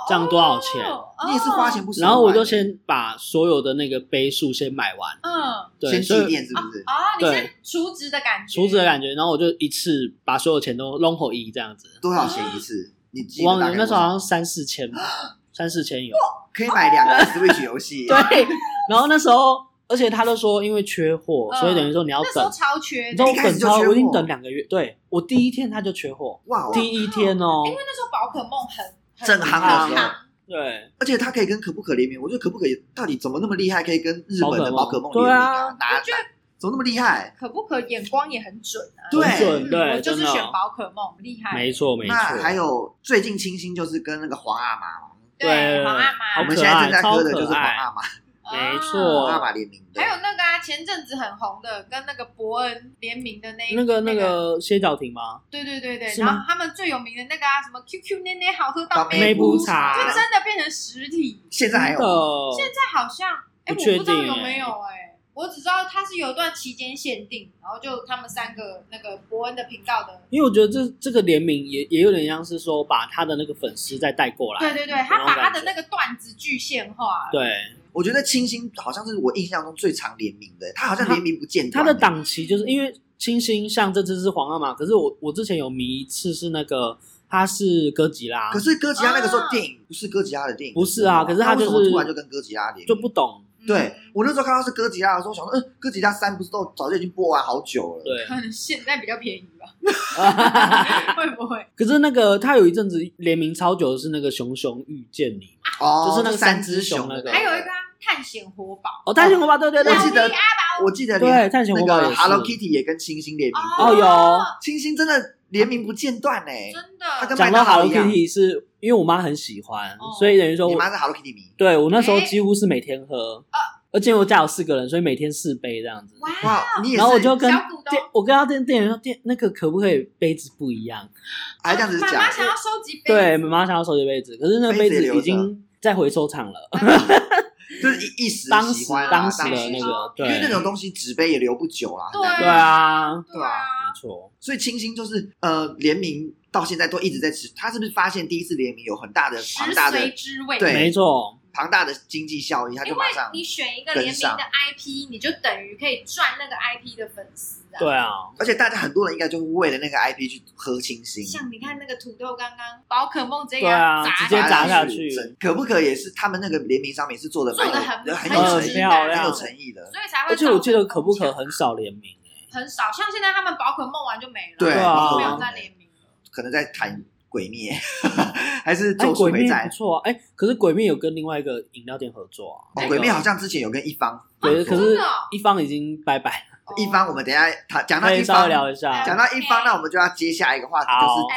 S3: 这样多少钱
S2: 哦
S1: 你也是花，钱不少，
S3: 然后我就先把所有的那个杯数先买完，
S2: 嗯。
S3: 对，
S1: 先
S3: 所
S1: 祭
S3: 以
S1: 奠是不是？
S2: 哦，你
S3: 对
S2: 是储值的感觉，
S3: 厨子的感觉，然后我就一次把所有钱都弄好一这样子，
S1: 多少钱一次？你记得
S3: 我忘
S1: 大
S3: 了
S1: 概
S3: 那时候
S1: 多
S3: 好
S1: 少
S3: 像三四千吧，三四千有，
S1: 可以买两个 Switch 游戏，
S3: 对，然后那时候。而且他都说，因为缺货，
S2: 嗯
S3: 所以等于说你要
S2: 那时候
S3: 等。
S2: 超缺
S3: 你知
S2: 的，
S3: 道
S2: 因为
S3: 我
S1: 一开始
S3: 等
S1: 就
S3: 超，
S1: 缺货
S3: 我已经等两个月。对我第一天他就缺货，
S1: 哇，哎
S3: 第一天哦，
S2: 那时候宝可梦很很
S1: 正啊夯
S3: 的时候
S2: 夯
S3: 对，
S1: 而且它可以跟可不可联名，我觉得可不可到底怎么那么厉害，可以跟日本的
S3: 宝
S1: 宝
S3: 可
S1: 可
S3: 梦
S1: 梦联名
S3: 对啊
S1: 啊？哪
S2: 我觉得
S1: 怎么那么厉害？
S2: 可不可眼光也很准啊，
S1: 对
S3: 很准，
S2: 嗯
S3: 对，
S2: 我就是
S3: 真的
S2: 选宝可梦，厉害，
S3: 没错没错。
S1: 那还有最近清新就是跟那个皇阿玛嘛，
S3: 对
S2: 对，啊皇阿
S3: 好
S1: 我
S2: 玛，
S1: 们
S3: 可
S1: 现
S3: 爱
S1: 在正在喝的
S3: 超
S1: 就
S3: 可
S1: 是皇
S3: 爱
S1: 阿玛，
S3: 没
S2: 啊
S3: 错
S1: 皇阿玛联名的
S2: 还。有那个啊，前阵子很红的，跟那个伯恩联名的那一
S3: 那个那
S2: 个，
S3: 个歇脚亭吗？
S2: 对对对对，
S3: 是吗
S2: 然后他们最有名的那个啊，什么 QQ 奶奶好喝到
S1: 到
S3: 妹
S2: 妹
S3: 夫
S2: 夫
S3: 茶
S2: 就真的变成实体，
S1: 现在还有
S3: 真
S1: 吗
S3: 的
S2: 现在好像，哎，
S3: 不
S2: 我
S3: 确
S2: 不知道
S3: 定
S2: 有
S3: 哎
S2: 没有哎，我只知道它是有一段期间限定，然后就他们三个那个伯恩的频道的，
S3: 因为我觉得这这个联名也也有点像是说把他的那个粉丝再带过来，
S2: 对对对，
S3: 那
S2: 他
S3: 种
S2: 把他
S3: 感
S2: 的
S3: 觉
S2: 那个段子具现化了，
S3: 对
S1: 我觉得清新好像是我印象中最常联名的，它好像联名不间
S3: 他
S1: 断。
S3: 的档期就是因为清新像这次是皇阿玛，可是我我之前有迷一次是那个他是哥吉拉
S1: 可，是哥吉拉那个时候电影不是哥吉拉的电影，
S3: 啊不是啊可是
S1: 他
S3: 他就是
S1: 突然就跟哥吉拉联名
S3: 就不懂
S2: 嗯
S1: 对我那时候看到是哥吉拉的时候，我想说，嗯、哥吉拉三不是都早就已经播完好久了？，
S3: 对。
S2: 可能现在比较便宜 吧，会不会？
S3: 可是那个他有一阵子联名超久的是那个熊熊遇见你
S1: 哦，
S3: 就是那个
S1: 三
S3: 三只熊
S1: 那
S3: 那个
S2: 还有一个啊探险活宝，
S3: 哦，探险活宝对对对
S1: 我，记得
S2: 老弟阿宝
S1: 我记得
S3: 对
S1: 连
S3: 探险
S1: 那
S3: 活宝也
S1: 个
S3: 是
S1: Hello Kitty 也跟清新联名过，
S3: 哦有
S1: 清新真的联名不间断呢、
S2: 真
S1: 他
S2: 的
S1: 跟
S3: 讲到
S1: 麦当劳
S3: Hello
S1: 一样
S3: Kitty 是因为我妈很喜欢
S2: 哦，
S3: 所以等于说
S1: 你
S3: 我
S1: 妈是 Hello Kitty 迷，
S3: 对我那时候
S2: 哎
S3: 几乎是每天喝，而且我家有四个人，所以每天四杯这样子。
S2: 哇，
S1: 哇，你也是，
S3: 然后我就跟
S2: 小股东
S3: 店，我跟他店店员说，店那个可不可以杯子不一样？
S1: 还这样子
S2: 妈
S1: 讲，
S2: 妈想要收集杯，
S3: 对，妈妈想要收集杯子，可是那个杯
S1: 杯子也
S3: 子
S1: 留
S3: 已
S1: 着
S3: 经在回收厂了。
S1: 就是一一时
S3: 当
S1: 喜
S3: 时
S1: 欢啊、
S3: 当时
S1: 时
S3: 的那
S1: 喜
S2: 喜
S3: 个
S2: 欢，
S1: 因
S3: 对
S1: 为那种东西纸杯也留不久啦，很难
S3: 对
S2: 对
S1: 留
S3: 啊，没
S2: 对啊，
S3: 错，
S1: 所以清新就是呃联名到现在都一直在持，他是不是发现第一次联名有很大的庞
S2: 食
S1: 大
S2: 髓
S1: 的
S2: 知味，
S1: 对
S3: 没错，
S1: 庞大的经济效益，他就
S2: 因
S1: 马
S2: 为
S1: 上
S2: 你选一个联名
S1: 跟上
S2: 的 IP，你就等于可以赚那个 IP 的粉丝啊。
S3: 对，啊，
S1: 而且大家很多人应该就是为了那个 IP 去喝清新，
S2: 像你看那个土豆刚刚宝可梦直接给
S3: 对啊
S2: 它
S3: 直
S2: 砸
S3: 接
S2: 下
S3: 砸下
S2: 去，
S3: 去
S1: 真可不可也是他们那个联名商品是做的蛮有
S2: 做得很
S1: 很有
S3: 呃
S1: 诚意，
S3: 漂
S1: 很
S3: 亮
S1: 有诚意的。
S2: 所以才会。
S3: 而且我记得可不可很少联名欸
S2: 很少，像现在他们宝可梦完就没了，
S1: 对
S3: 啊
S2: 就没有再联名了。
S1: 可能在谈鬼灭，还是
S3: 哎，
S1: 咒术
S3: 鬼
S1: 回
S3: 灭
S1: 战
S3: 不。错啊，哎，可是鬼灭有跟另外一个饮料店合作啊，
S1: 哦
S3: 那，个
S1: 鬼灭好像之前有跟一方合
S3: 对，
S1: 作，
S3: 可
S2: 真
S3: 是
S2: 的哦
S3: 一方已经拜拜了，
S1: 一方我们等一下谈讲到
S3: 可
S1: 一
S3: 以稍
S1: 方
S3: 微，聊一下，
S1: 讲到一方，那我们就要接下一个话题，就是
S3: 好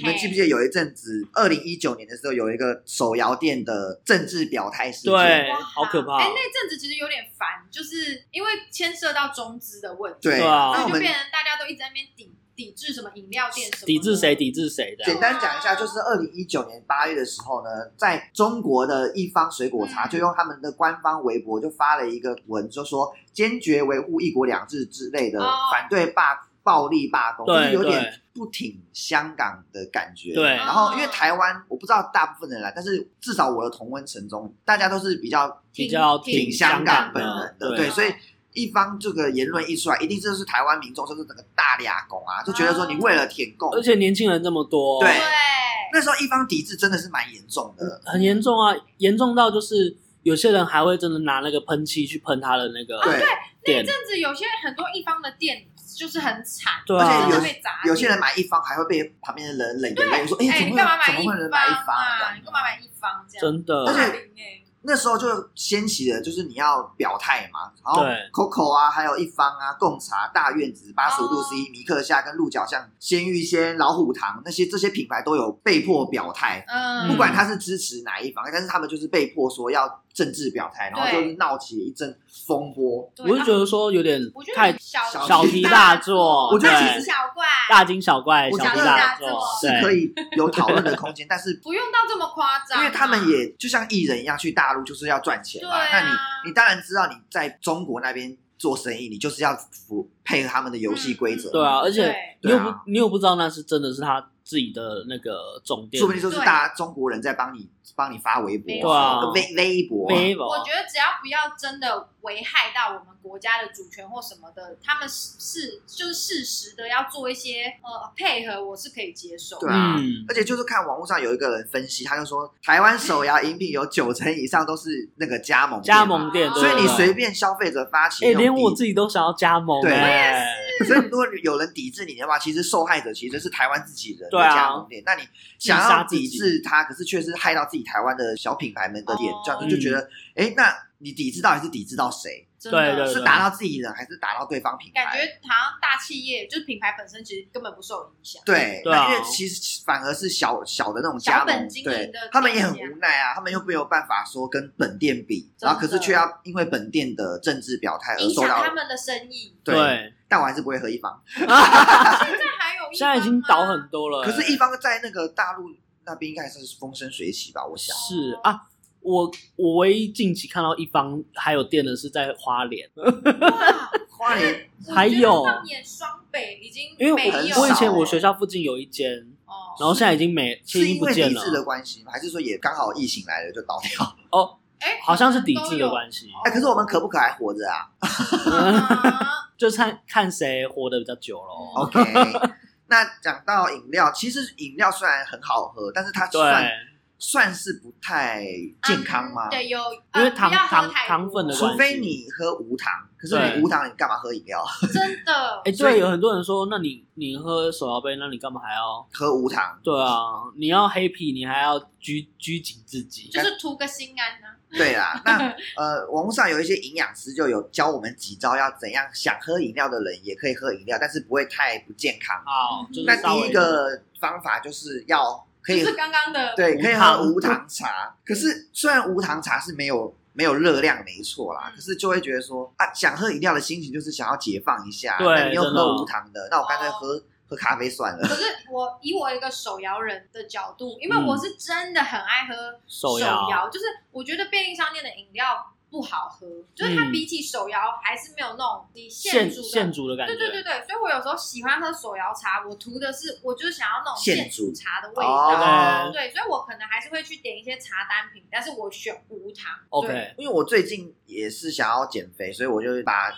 S1: 你们记不记得有一阵子，二零一九年的时候，有一个手摇店的政治表态事件？
S3: 对
S2: 得
S3: 哎好可怕
S2: 哎，那阵子其实有点烦，就是因为牵涉到中资的问题，
S1: 对
S3: 对啊
S1: 那
S2: 所
S1: 我
S2: 以就
S1: 们
S2: 变成大家都一直在那边抵抵制什么饮料店什么的，
S3: 抵制谁抵制谁的，
S1: 简单讲一下，就是二零一九年八月的时候呢，在中国的一方水果茶
S2: 嗯
S1: 就用他们的官方微博就发了一个文，就说坚决维护“一国两制”之类的，
S2: 哦
S1: 反对罢暴力罢工，就
S3: 对
S1: 是有点
S3: 对
S1: 不挺香港的感觉。
S3: 对
S1: 然后因为台湾我不知道大部分人来，但是至少我的同温层中，大家都是比较
S3: 比较
S1: 挺
S3: 挺
S1: 香港
S3: 港
S1: 本人
S3: 的，
S1: 的，对，
S3: 对
S2: 啊
S1: 所以一方这个言论一出来，一定就是台湾民众就是整个大俩拱啊，就觉得说你为了舔共，
S3: 而且年轻人这么多，
S1: 对
S2: 对，
S1: 那时候一方抵制真的是蛮严重的，
S3: 很严重啊，严重到就是有些人还会真的拿那个喷漆去喷他的那个
S1: 对，
S2: 那
S3: 店
S2: 一，阵子有些很多一方的店就是很惨，
S3: 对啊
S2: 真的被砸
S1: 有些人买一方还会被旁边的人冷言冷语说，哎、
S2: 哎、
S1: 怎么
S2: 你
S1: 会
S2: 干嘛
S1: 怎
S2: 买
S1: 么
S2: 一
S1: 会有人
S2: 方
S1: 买一方
S2: 啊？
S1: 啊
S2: 你？干嘛买一方这样？
S3: 真的，
S1: 而且
S2: 霸凌哎
S1: 那时候就掀起了，就是你要表态嘛，然
S2: 哦
S1: 后
S3: 对
S1: Coco 啊，还有一方啊，贡茶、大院子、八十五度
S2: 哦
S1: C、米克夏跟鹿角巷、鲜芋仙、老虎堂那些这些品牌都有被迫表态，
S2: 嗯，
S1: 不管他是支持哪一方，但是他们就是被迫说要政治表态，然后
S2: 对
S1: 就是闹起一阵风波。
S2: 对，啊
S3: 我就觉得说有点
S2: 我觉得
S3: 太
S2: 小
S1: 小题
S3: 大做
S1: 我觉得
S2: 大
S1: 其
S2: 惊
S1: 实
S2: 小怪，
S3: 大惊小怪，
S1: 我
S3: 小
S1: 觉得
S3: 题大
S2: 大
S3: 做
S2: 做，
S1: 是可
S3: 对，
S1: 以有讨论的空间，但是
S2: 不用到这么夸张
S1: 因
S2: 啊，
S1: 为他们也就像艺人一样去大陆就是要赚钱嘛，
S2: 对啊
S1: 那你你当然知道你在中国那边做生意，你就是要符配合他们的游戏规则，
S2: 嗯
S3: 对啊，而且
S2: 对
S3: 你又
S1: 对
S3: 不
S1: 啊而
S3: 你又不知道那是真的是他自己的那个总店
S1: 说不，定就是大家中国人在帮你帮你发微
S2: 没
S1: 博
S2: 错
S1: 啊、
S3: 对啊
S1: 微微博啊，
S3: 没有
S2: 我觉得只要不要真的危害到我们国家的主权或什么的，他们是是就是适时的要做一些呃配合，我是可以接受的。
S1: 对啊
S3: 嗯，
S1: 而且就是看网络上有一个人分析，他就说台湾手摇饮品有九成以上都是那个加盟店
S3: 加盟店，
S2: 啊
S3: 对
S1: 所以你
S3: 对
S1: 随便消费者发起
S3: 哎，
S1: 那种
S3: 连我
S1: 抵
S3: 自己都想要加盟，
S1: 对
S3: 哎
S1: 所以如果有人抵制你的话，其实受害者其实是台湾自己人的
S3: 对啊
S1: 加盟店。那你想
S3: 自杀
S1: 要
S3: 自
S1: 抵
S3: 己
S1: 制他，可是却是害到自己台湾的小品牌们的店，
S2: 哦
S1: 这样子就觉得，哎、那你抵制到底是抵制到谁？
S2: 真
S3: 嗯对
S2: 的
S3: 对
S1: 是打到自己人，还是打到对方品牌？
S2: 感觉好像大企业就是品牌本身其实根本不受影响。
S1: 对，
S3: 对啊
S1: 那因为其实反而是小小的那种加
S2: 小本
S1: 盟，
S2: 经营的
S1: 对
S2: 店家，
S1: 他们也很无奈啊，他们又没有办法说跟本店比，
S2: 真的
S1: 然后可是却要因为本店的政治表
S3: 呃
S1: 态而
S2: 影
S1: 受
S2: 响他
S1: 到。
S2: 们的生意。
S1: 对
S3: 对，
S1: 但我还是不会喝一方，
S2: 现在还有一方吗，啊
S3: 现在已经倒 很多了，
S1: 可
S3: 哎
S1: 是，一方在那个大陆那边应该是风生水起吧？我想。
S3: 是啊。我我唯一近期看到一方还有店的是在花莲，
S2: 哇，
S1: 花 莲
S3: 还有
S2: 我觉得放眼双北已经
S3: 因为
S2: 没
S3: 我
S1: 很
S2: 有
S1: 少
S3: 我以前
S1: 欸
S3: 我学校附近有一间，
S2: 哦
S3: 然后现在已经没，现在
S1: 是
S3: 已经
S1: 因
S3: 不
S1: 为
S3: 见
S1: 抵
S3: 了
S1: 制，的关系吗？还是说也刚好疫情来了 就倒掉？
S2: 哎
S3: 好像是抵制的
S2: 系。
S3: 关系，
S1: 哎，可是我们可不可还活着啊？
S2: 啊
S3: 就看看谁活得比较久咯。
S1: OK，那讲到饮料，其实饮料虽然很好喝，但是它
S3: 对，
S1: 算算是不太健康吗？
S2: 嗯对，有
S3: 因为
S2: 呃
S3: 糖
S2: 不要喝
S3: 糖
S2: 太多
S3: 糖分的关
S1: 除非你喝无糖，可是
S3: 对
S1: 你无糖，你干嘛喝饮料？啊
S2: 真的
S3: 哎，
S1: 所以
S3: 对，有很多人说，那你你喝手摇杯，那你干嘛还要？
S1: 喝无糖，
S3: 对啊，你要 happy，你还要拘拘谨自己。
S2: 就是图个心安啊呢。
S1: 对啦。那呃，网络上有一些营养师就有教我们几招，要怎样想喝饮料的人也可以喝饮料，但是不会太不健康。
S3: 好，就是
S1: 那
S3: 稍微
S1: 第一个方法就是要可以
S2: 就是刚刚的，
S1: 对，
S3: 无
S1: 可以喝
S3: 糖
S1: 无糖茶。可是虽然无糖茶是没有没有热量，没错啦，
S2: 嗯
S1: 可是就会觉得说啊，想喝饮料的心情就是想要解放一下。
S3: 对
S1: 那你又
S3: 真的
S1: 喝无糖的，那我干脆喝、喝咖啡算了。
S2: 可是我以我一个手摇人的角度，因为
S3: 嗯
S2: 我是真的很爱喝
S3: 手
S2: 摇，
S3: 摇，
S2: 就是我觉得便利商店的饮料不好喝，就是它
S3: 嗯
S2: 比起手摇还是没有那种你
S3: 现
S2: 煮的。
S3: 现煮的感觉。
S2: 对对对对，所以我有时候喜欢喝手摇茶，我图的是我就是想要那种
S1: 现
S2: 现煮
S1: 煮
S2: 茶的味道。
S1: 哦
S2: 对，所以我可能还是会去点一些茶单品，但是我选无糖。对
S3: OK，
S1: 因为我最近也是想要减肥，所以我就把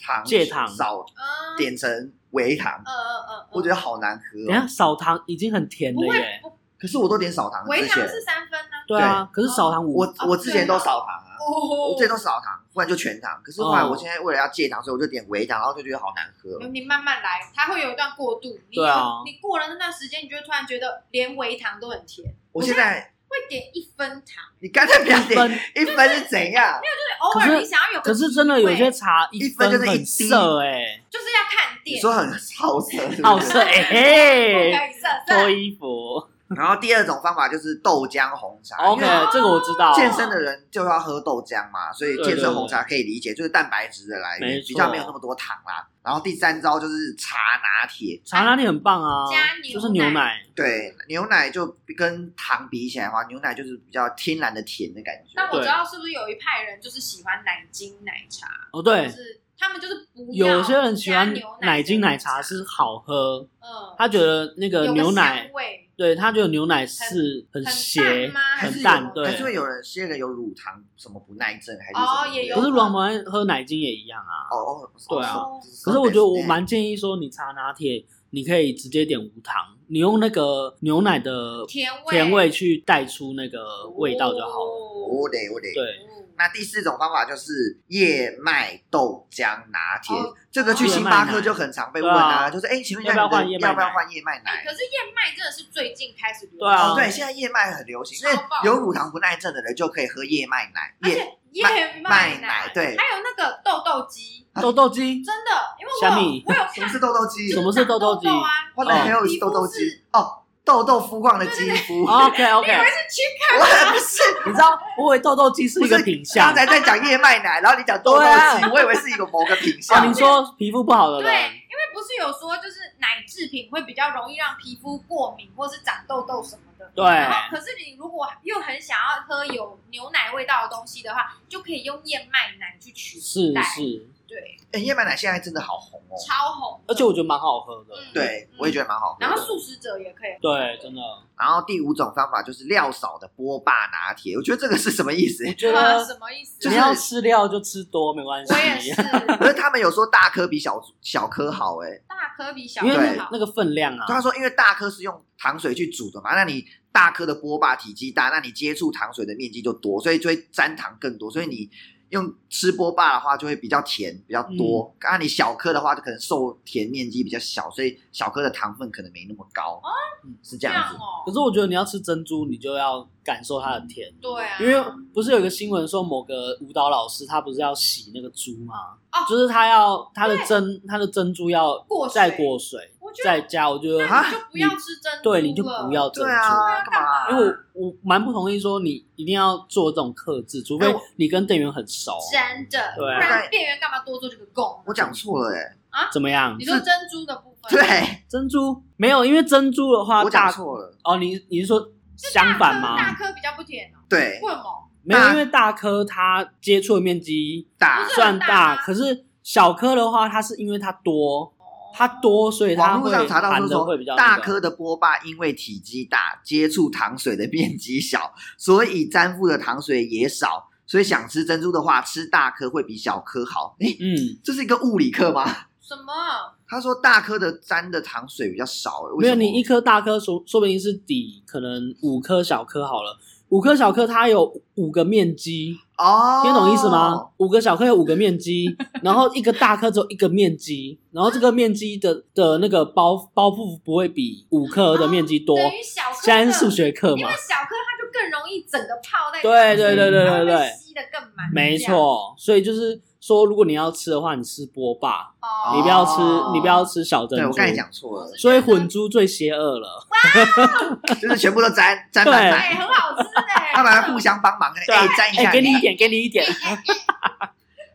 S1: 糖
S3: 戒糖嗯
S1: 少
S2: 嗯，
S1: 点成微糖，
S2: 呃呃呃，
S1: 我觉得好难喝
S3: 等一
S1: 哦、
S3: 下少糖已经很甜
S2: 不
S3: 了
S2: 会
S3: 耶。
S2: 不，
S1: 可是我都点少糖，
S2: 微
S1: 之
S2: 糖
S1: 前
S2: 是三分呢、
S3: 对啊，可是少糖五，
S1: 我我之前都
S2: 对啊
S1: 少糖啊。
S2: 哦
S1: 我之前都少糖，不然就全糖。可是后来
S3: 哦嗯
S1: 我现在为了要戒糖，所以我就点微糖，然后就觉得好难喝。哦
S2: 你慢慢来，它会有一段过渡。你
S3: 对啊
S2: 你过了那段时间，你就会突然觉得连微糖都很甜，
S1: 我现在
S2: 会点一分糖。
S1: 你干脆不要点
S3: 分
S1: 一分是怎样？
S2: 对，偶
S3: 可是
S2: 尔你想要有个
S3: 可是真的有
S2: 体
S3: 些
S2: 会
S3: 茶
S1: 一
S3: 分
S1: 分就是一
S3: 很
S1: 滴
S3: 涩哎，
S2: 就是要看
S1: 你
S2: 店，
S1: 说很好色是不是
S3: 好涩哎嘿
S2: 可以色
S3: 脱
S2: 色。
S3: 衣服。
S1: 然后第二种方法就是豆浆红茶。
S3: OK，
S1: 因为
S3: 这个我知道。
S1: 健身的人就要喝豆浆嘛，所以
S3: 对
S1: 健身红茶可以理解，就是蛋白质的来
S3: 没
S1: 源，
S3: 错
S1: 比较没有那么多糖啦。然后第三招就是茶拿铁，
S3: 茶拿铁很棒啊，
S2: 加牛奶
S3: 就是牛奶。
S1: 对，牛奶就跟糖比起来的话，牛奶就是比较天然的甜的感觉。
S2: 但我
S3: 对
S2: 知道是不是有一派人就是喜欢奶精奶茶，就
S3: 哦，对，
S2: 是他们就是不要
S3: 有些人喜欢
S2: 加牛奶
S3: 奶精
S2: 的
S3: 奶茶是好喝，
S2: 嗯，
S3: 他觉得那个
S2: 有
S3: 牛
S2: 香
S3: 奶，
S2: 味，
S3: 对他觉得牛奶是很
S2: 淡
S3: 邪
S2: 吗，
S1: 还是
S3: 很
S1: 有
S3: 淡，
S1: 还是会
S3: 对。
S1: 有人些人有乳糖什么不耐症还是什
S2: 哦
S1: 么的
S2: 也有
S3: 可是软毛喝奶精也一样啊。
S1: 哦哦，
S3: 对啊
S1: 哦
S3: 可是我觉得我蛮建议说，你茶拿铁你可以直接点无糖，你用那个牛奶的
S2: 甜味
S3: 甜味去带出那个味道就好了。
S2: 哦
S1: 我得我得。
S3: 对，
S1: 那第四种方法就是燕麦豆浆拿铁，
S2: 哦
S1: 这个去星巴克就很常被问
S3: 对
S1: 啊，
S3: 啊
S1: 就是哎，请问一
S3: 要
S1: 下
S3: 不要
S1: 你的
S3: 换燕麦奶
S1: 要不要换燕麦
S2: 哎
S1: 奶
S2: 可？是燕麦真的是最近开始流行
S3: 对啊
S1: 哦，对，现在燕麦很流行，因
S2: 超
S1: 为
S2: 棒
S1: 有乳糖不耐症的人就可以喝燕麦奶。
S2: 而
S1: 燕
S2: 且燕
S1: 麦
S2: 奶
S1: 奶，，对，
S2: 还有那个豆豆鸡，
S3: 豆豆鸡
S2: 真的，因为
S3: 虾
S2: 我
S3: 米
S2: 有我有
S1: 什么
S2: 看
S1: 是豆豆肌？
S3: 什么是豆豆
S2: 豆
S3: 鸡
S2: 啊，
S1: 我的
S3: 哦
S1: 还有
S2: 皮肤
S1: 豆豆
S2: 是
S1: 肌哦，豆豆肤况的肌肤。我
S3: ，OK OK，
S2: 你以为是 chicken
S1: 不是，
S3: 哦你知道，我以为豆豆鸡是一
S1: 不
S3: 个
S1: 是
S3: 品相
S1: 刚。才在讲燕麦奶，然后你讲豆豆
S3: 对
S1: 肌
S3: 啊，
S1: 我以为是一个某个品
S3: 哦，
S1: 相
S3: 你。说皮肤不好的
S2: 对，
S3: 人，
S2: 因为不是有说就是奶制品会比较容易让皮肤过敏或是长痘痘什么的。
S3: 对
S2: 然后，可是你如果又很想要喝有牛奶味道的东西的话，就可以用燕麦奶去取
S3: 是
S2: 代。
S3: 是，
S2: 对，
S1: 哎，燕麦奶现在真的好红哦。
S2: 超红的。
S3: 而且我觉得蛮好喝的。
S2: 嗯
S1: 对，我也觉得蛮好喝的。
S2: 然后素食者也可以。
S3: 对，真的，
S1: 然后第五种方法就是料少的波霸拿铁，我觉得这个是什么意思？
S3: 我觉
S2: 啊
S3: 得
S2: 什么意思？
S3: 你要吃料就吃多，没关系
S2: 我。也是，
S3: 啊
S1: 可是他们有说大颗比小小颗好哎、欸，
S2: 大颗比小
S3: 因为
S2: 颗
S3: 那
S2: 好。
S3: 那个分量啊，
S1: 他说因为大颗是用糖水去煮的嘛，那你大颗的波霸体积大，那你接触糖水的面积就多，所以就会沾糖更多，所以你用吃波霸的话就会比较甜比较多，
S2: 嗯
S1: 那、你小颗的话就可能受甜面积比较小，所以小颗的糖分可能没那么高，嗯是这
S2: 哦这
S1: 样
S2: 样
S1: 子。
S2: 哦
S3: 可。是我觉得你要吃珍珠，你就要感受它的甜。
S2: 对啊，
S3: 因为不是有一个新闻说某个舞蹈老师他不是要洗那个猪吗？
S2: 哦
S3: 就是他要他的珍他的珍珠要
S2: 过水
S3: 再过水
S2: 我觉得
S3: 再加，我觉得
S1: 啊
S2: 那你就不要吃珍珠了。
S3: 对你就不要珍
S1: 对
S3: 珠。
S1: 啊，干嘛、
S3: 因为我我蛮不同意说你一定要做这种克制，除非
S1: 哎我
S3: 你跟店员很熟，
S2: 真的，不
S3: 对啊
S2: 然店员干嘛多做这个供？
S1: 我讲错了哎、欸，
S3: 怎么样
S2: 你？说珍珠的部分，
S1: 对
S3: 珍珠没有，因为珍珠的话
S1: 我讲
S3: 大
S1: 错了，
S3: 哦，你你是说
S2: 大
S3: 相
S2: 颗
S3: 反吗？
S2: 大颗比较不甜哦，
S1: 对
S2: 为什么？
S3: 没有，
S1: 大
S3: 因为大颗它接触的面积
S1: 大
S2: 不是
S3: 算
S2: 很大
S3: 大，
S2: 吗哦
S3: 可是小颗的话，它是因为它多，它多，所以它
S1: 网络
S3: 会
S1: 上查到
S3: 含
S1: 说
S3: 的
S1: 什
S3: 会比较
S1: 么
S3: 那
S1: 大
S3: 个
S1: 颗的波霸因为体积大，接触糖水的面积小，所以粘附的糖水也少，所以想吃珍珠的话，吃大颗会比小颗好。诶，
S3: 嗯，
S1: 这是一个物理课吗？
S2: 什么？
S1: 他说大颗的沾的糖水比较少，为
S3: 没有
S1: 什么
S3: 你一颗大颗说说不定是底，可能五颗小颗好了，五颗小颗它有五个面积，
S1: 哦，
S3: 听得懂意思吗？？五个小颗有五个 面积，然后一个大颗只有一个面积，然后这个面积的的那个包包覆不会比五颗的面积多。
S1: 啊
S2: 等于小颗的
S3: 现在是数学课
S2: 因
S3: 嘛
S2: 为？小颗它就更容易整个泡在，
S3: 对对对对
S2: 它
S3: 对
S2: 会被
S3: 对，
S2: 吸的更满，
S3: 没
S2: 这样。
S3: 错。所以就是说，如果你要吃的话，你吃波霸，
S2: 哦
S3: 你不要吃，你不要吃小珍
S1: 对，
S3: 珠
S1: 我。刚才讲 错了，
S3: 所以混珠最邪恶了。
S1: 就是全部都沾沾满
S3: 对
S1: 满，
S2: 哎，很好吃 哎，
S1: 他们还互相帮忙，
S3: 对啊
S1: 哎，沾一
S3: 哎、
S1: 下，
S3: 给你一点，给你一点。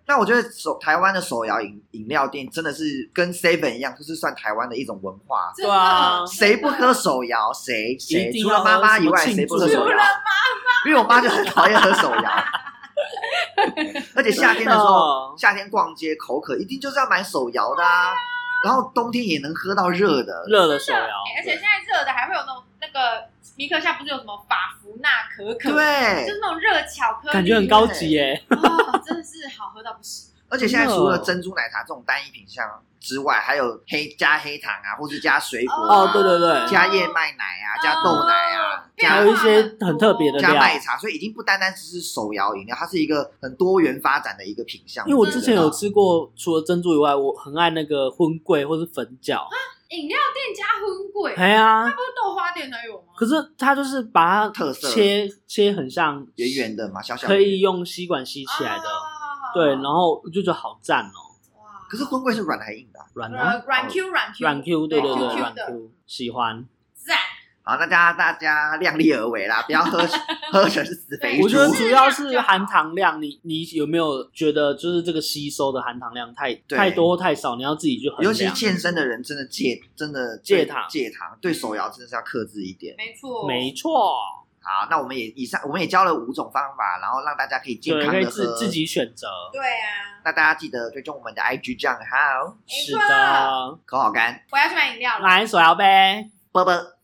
S1: 那我觉得手台湾的手摇饮饮料店真的是跟 Seven 一样，就是算台湾的一种文化。
S2: 真的
S3: 对啊
S1: 谁不喝？手摇？谁谁
S3: 一定
S1: 除
S3: 要
S1: 了妈
S3: 喝
S1: 妈以外，
S3: 什么庆
S1: 谁不
S3: 祝
S1: 喝手
S2: 除
S1: 摇
S2: 了？
S1: 因为我妈就很讨厌喝手 摇，而且夏天的时
S3: 哦
S1: 候，夏天逛街口渴，一定就是要买手摇的啊。然后冬天也能喝到热的，
S3: 热的手
S2: 真的
S3: 摇
S2: 哎，而且现在热的还会有那种那个米克夏不是有什么法芙娜可可，，就
S1: 对。
S2: 是那种热巧克力，
S3: 感觉很高级耶、
S2: 哦，真的是好喝到不行。
S1: 而且现在除了珍珠奶茶这种单一品项之外，还有黑加黑糖啊，或是加水果啊
S3: 哦对对对
S1: 加燕麦奶啊，加豆奶啊
S2: 哦，
S1: 加
S3: 还有一些很特别的
S1: 加
S3: 料。
S1: 麦茶，所以已经不单单只是手摇饮料，它是一个很多元发展的一个品项。
S3: 因为我
S1: 觉
S3: 之
S1: 得
S3: 前
S2: 哦
S3: 有吃过，除了珍珠以外，我很爱那个荤桂或是粉饺。
S2: 饮料店加荤桂，
S3: 哎呀、
S2: 不是豆花店才有吗？
S3: 可是它就是把它
S1: 特色
S3: 切切很像
S1: 圆圆的嘛，小小的
S3: 可以。用吸管吸起来的。
S2: 哦
S3: 对，然后我就觉得好赞哦，
S2: 哇
S1: 可是荤桂是软的还硬的啊、
S3: 软
S2: 软
S3: 啊
S2: 软 Q 软 Q
S3: 软 Q，对对
S1: 哦
S3: 对，
S2: Q
S3: 软
S2: Q 的
S3: Q 喜欢。
S2: 赞，
S1: 好，那大家大家量力而为啦，不要 喝喝成死肥
S2: 对
S3: 我
S1: 猪
S3: 觉。得
S2: 就是
S3: 主要
S2: 量
S3: 是
S2: 就好
S3: 含糖量，你你有没有觉得就是这个吸收的含糖量太
S1: 对
S3: 太多或太少，你要自己去衡
S1: 尤其
S3: 量。
S1: 健身的人，真的戒真的对
S3: 戒糖
S1: 戒糖，对手摇真的是要克制一点。
S2: 没错，
S3: 没错，
S1: 好，那我们也以上我们也教了五种方法，然后让大家可以健
S3: 对，
S1: 康
S3: 可以
S1: 的
S3: 自
S1: 喝。
S3: 自己选择。
S2: 对啊，
S1: 那大家记得追踪我们的 IG 账号
S2: 没
S3: 是
S2: 错
S3: 的，
S1: 口好干
S2: 我要去买饮料了。
S3: 来手摇杯。
S1: 啵啵。